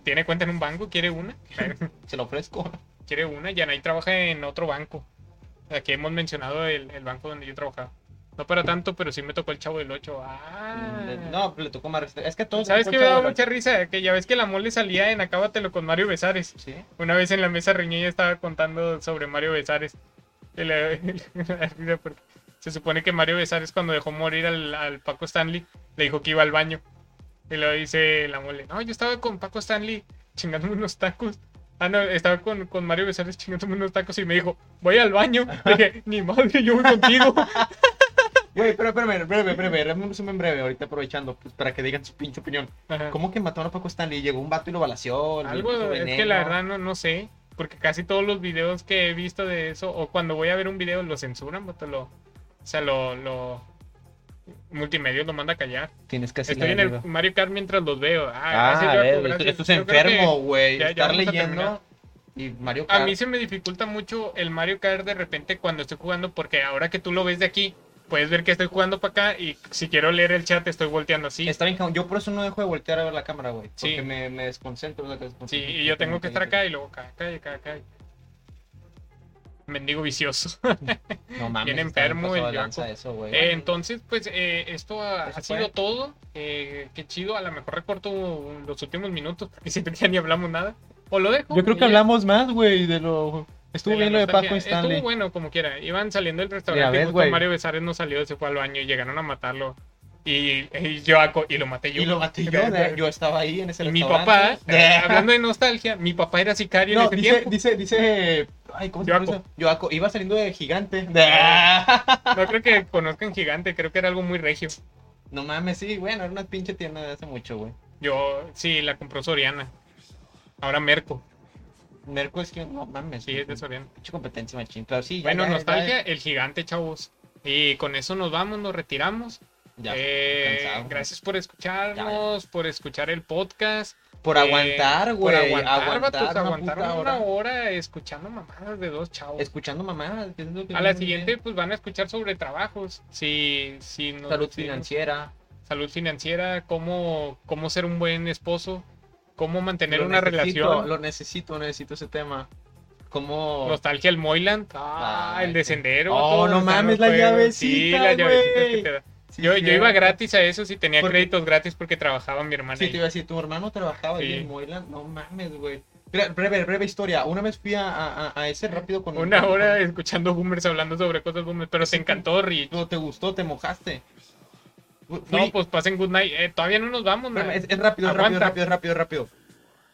Tiene cuenta en un banco, quiere una. Eh, se lo ofrezco. quiere una. Yanay trabaja en otro banco. Aquí hemos mencionado el, el banco donde yo trabajaba. No para tanto, pero sí me tocó el chavo del 8. Ah. No, le tocó más. restri- Es que todos. ¿Sabes le qué tocó me el daba chavo del mucha risa? Que ya ves que la mole salía en Acábatelo con Mario Besares. ocho. Sí. Una vez en la mesa reñida estaba contando sobre Mario Besares. Y le- le da risa porque se supone que Mario Besares cuando dejó morir al, al Paco Stanley le dijo que iba al baño. Y luego dice la mole, no, yo estaba con Paco Stanley chingándome unos tacos. Ah, no, estaba con, con Mario Besares chingándome unos tacos y me dijo, voy al baño. Le dije, ni madre, yo voy contigo. Güey, pero espérame, breve, breve, dame un resumen breve, ahorita aprovechando, pues, para que digan su pinche opinión. Ajá. ¿Cómo que mataron a Paco Stanley? Llegó un vato y lo balació. le Algo, puso es que veneno. la verdad no, no sé, porque casi todos los videos que he visto de eso, o cuando voy a ver un video lo censuran, vato, lo, o sea, lo, lo, multimedia lo manda a callar. Tienes que hacer Estoy en el Mario Kart mientras los veo. Ah, Ah, gracias, a Jaco, ver, gracias. esto es Yo creo que enfermo, güey. ya- ya Estar vamos a leyendo terminar. y Mario Kart. A mí se me dificulta mucho el Mario Kart de repente cuando estoy jugando, porque ahora que tú lo ves de aquí, puedes ver que estoy jugando para acá y si quiero leer el chat estoy volteando así. Está bien, cabrón. yo por eso no dejo de voltear a ver la cámara, güey. Sí. Porque me, me desconcentro. o sea, que Sí, desconcentro y yo tengo que estar acá completamente. y luego acá, acá, y acá, acá. Mendigo vicioso. No mames. Bien está enfermo pasado el de lanza Jaco. eso, güey. Eh, entonces, pues eh, esto ha, Eso ha sido Pues fue. todo. Eh, qué chido, a lo mejor recorto los últimos minutos porque siento que ya ni hablamos nada. O lo dejo. Yo creo y que ya. hablamos más, güey, de lo. Estuvo de la bien lo de nostalgia. Paco Stanley. Estuvo bueno, como quiera. Iban saliendo del restaurante ves, y justo güey. Mario Besares no salió, se fue al baño y llegaron a matarlo. Y, y yo aco- y lo maté yo. y lo maté yo, de- yo estaba ahí en ese Y mi papá, restaurante. eh, hablando de nostalgia, mi papá era sicario en No, ese dice, tiempo. dice, dice, ay, ¿cómo se Yoaco. llama? Yoaco, iba saliendo de gigante. No creo que conozcan gigante, creo que era algo muy regio. No mames, sí, bueno, era una pinche tienda de hace mucho, güey. Yo, sí, la compró Soriana. Ahora Merco, Merco es que no mames, sí, es de Soriana. Mucha competencia machín, pero sí. ya, Bueno, ya, nostalgia, el gigante, chavos. Y con eso nos vamos, nos retiramos. Ya, ya. Eh, cansado. gracias por escucharnos, por escuchar el podcast. Por eh, aguantar, por güey. aguantar, aguantar, vatos, una aguantaron puta una hora. hora escuchando mamadas de dos chavos. Escuchando mamá. A la siguiente, pues van a escuchar sobre trabajos. Si, si nos- Salud si- financiera. salud financiera, cómo, cómo ser un buen esposo, cómo mantener Lo una necesito, relación. Lo necesito, necesito ese tema. Como. Nostalgia el Moyland. Ah, Ay, el qué- de Sendero. Oh, todos no los están mames, los la juegos. Sí, llavecita, la llavecita que güey. te da. Sí, Yo, yo iba cierto. gratis a eso si tenía Porque- créditos gratis porque trabajaba mi hermana. Sí, ahí. te iba a decir, tu hermano trabajaba ahí Sí. en Moyland. No mames, güey. Bre- Breve, breve historia. Una vez fui a, a- a- a ese rápido con Una con- hora escuchando boomers hablando sobre cosas boomers, pero te encantó, Rich. No, te gustó, te mojaste. Fui- No, pues pasen good night. Eh, todavía no nos vamos, Espérame, man. Es, es rápido, es rápido, Aguanta. rápido, rápido, rápido.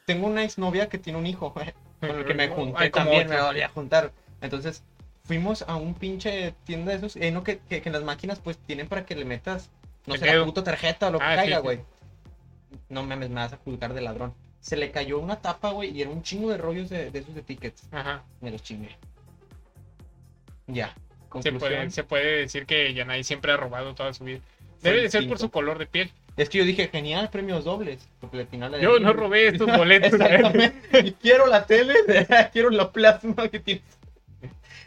Tengo una exnovia que tiene un hijo, güey, con el que me junté Ay, como también, ocho. me volví a juntar. Entonces, fuimos a un pinche tienda de esos, eh, no, que, que, que las máquinas pues tienen para que le metas, no El sé, la dedo. puta tarjeta o lo que Ah, sí, caiga, sí. güey. No mames, me vas a juzgar de ladrón. Se le cayó una tapa, güey, y era un chingo de rollos de, de esos de tickets. Ajá. Me los chingué. Ya. Se Conclusión. puede, se puede decir que Yanai siempre ha robado toda su vida. Fue Debe el de ser por cinco. su color de piel. Es que yo dije, genial, premios dobles. Porque al final... Yo no robé estos boletos. Exactamente. Y quiero la tele, quiero la plasma que tiene.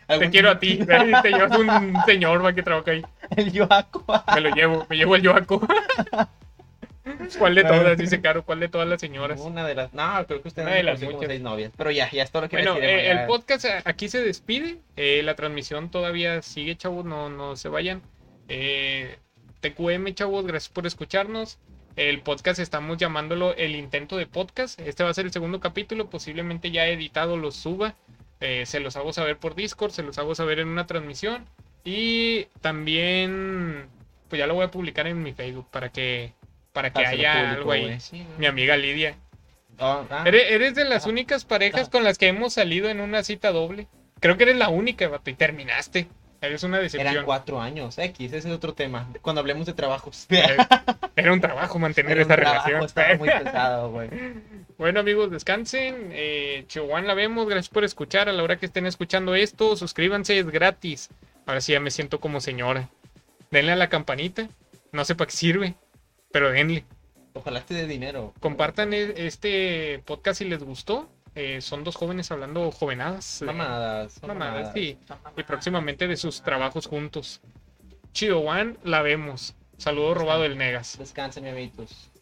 Te quiero a ti. Te llevas un señor va, que trabaja ahí. El Yoaco. Me lo llevo, me llevo el yoaco. ¿Cuál de todas? Dice Caro, ¿cuál de todas las señoras? Una de las. No, creo que usted Una no de las conoció como muchas. seis novias. Pero ya, ya es todo lo que Bueno, me quiere, eh, ya. el podcast eh, aquí se despide. Eh, la transmisión todavía sigue, chavos. No, no se vayan. Eh, TQM, chavos, gracias por escucharnos. El podcast estamos llamándolo el intento de podcast. Este va a ser el segundo capítulo. Posiblemente ya editado lo suba. Eh, se los hago saber por Discord, se los hago saber en una transmisión. Y también, pues ya lo voy a publicar en mi Facebook para que, para que Párselo haya público, algo ahí. güey. Sí, Mi amiga Lidia. ah, ah, Eres, eres de las Ah. únicas parejas Ah. con las que hemos salido en una cita doble. Creo que eres la única, vato, y terminaste. Eres una Eran decepción. cuatro años. X, ese es otro tema. Cuando hablemos de trabajos. Era un trabajo mantener Era un esa trabajo, relación. Estaba muy pesado, güey. Bueno, amigos, descansen. Eh, Chihuahua la vemos. Gracias por escuchar. A la hora que estén escuchando esto, suscríbanse, es gratis. Ahora sí ya me siento como señora. Denle a la campanita. No sé para qué sirve, pero denle. Ojalá te dé dinero. Compartan e- este podcast si les gustó. Eh, son dos jóvenes hablando jovenadas. eh, Mamadas. son Mamadas, sí. Mamadas. y próximamente de sus trabajos juntos. Chido One, la vemos. Saludo robado el Negas. Descansen, mi amiguitos.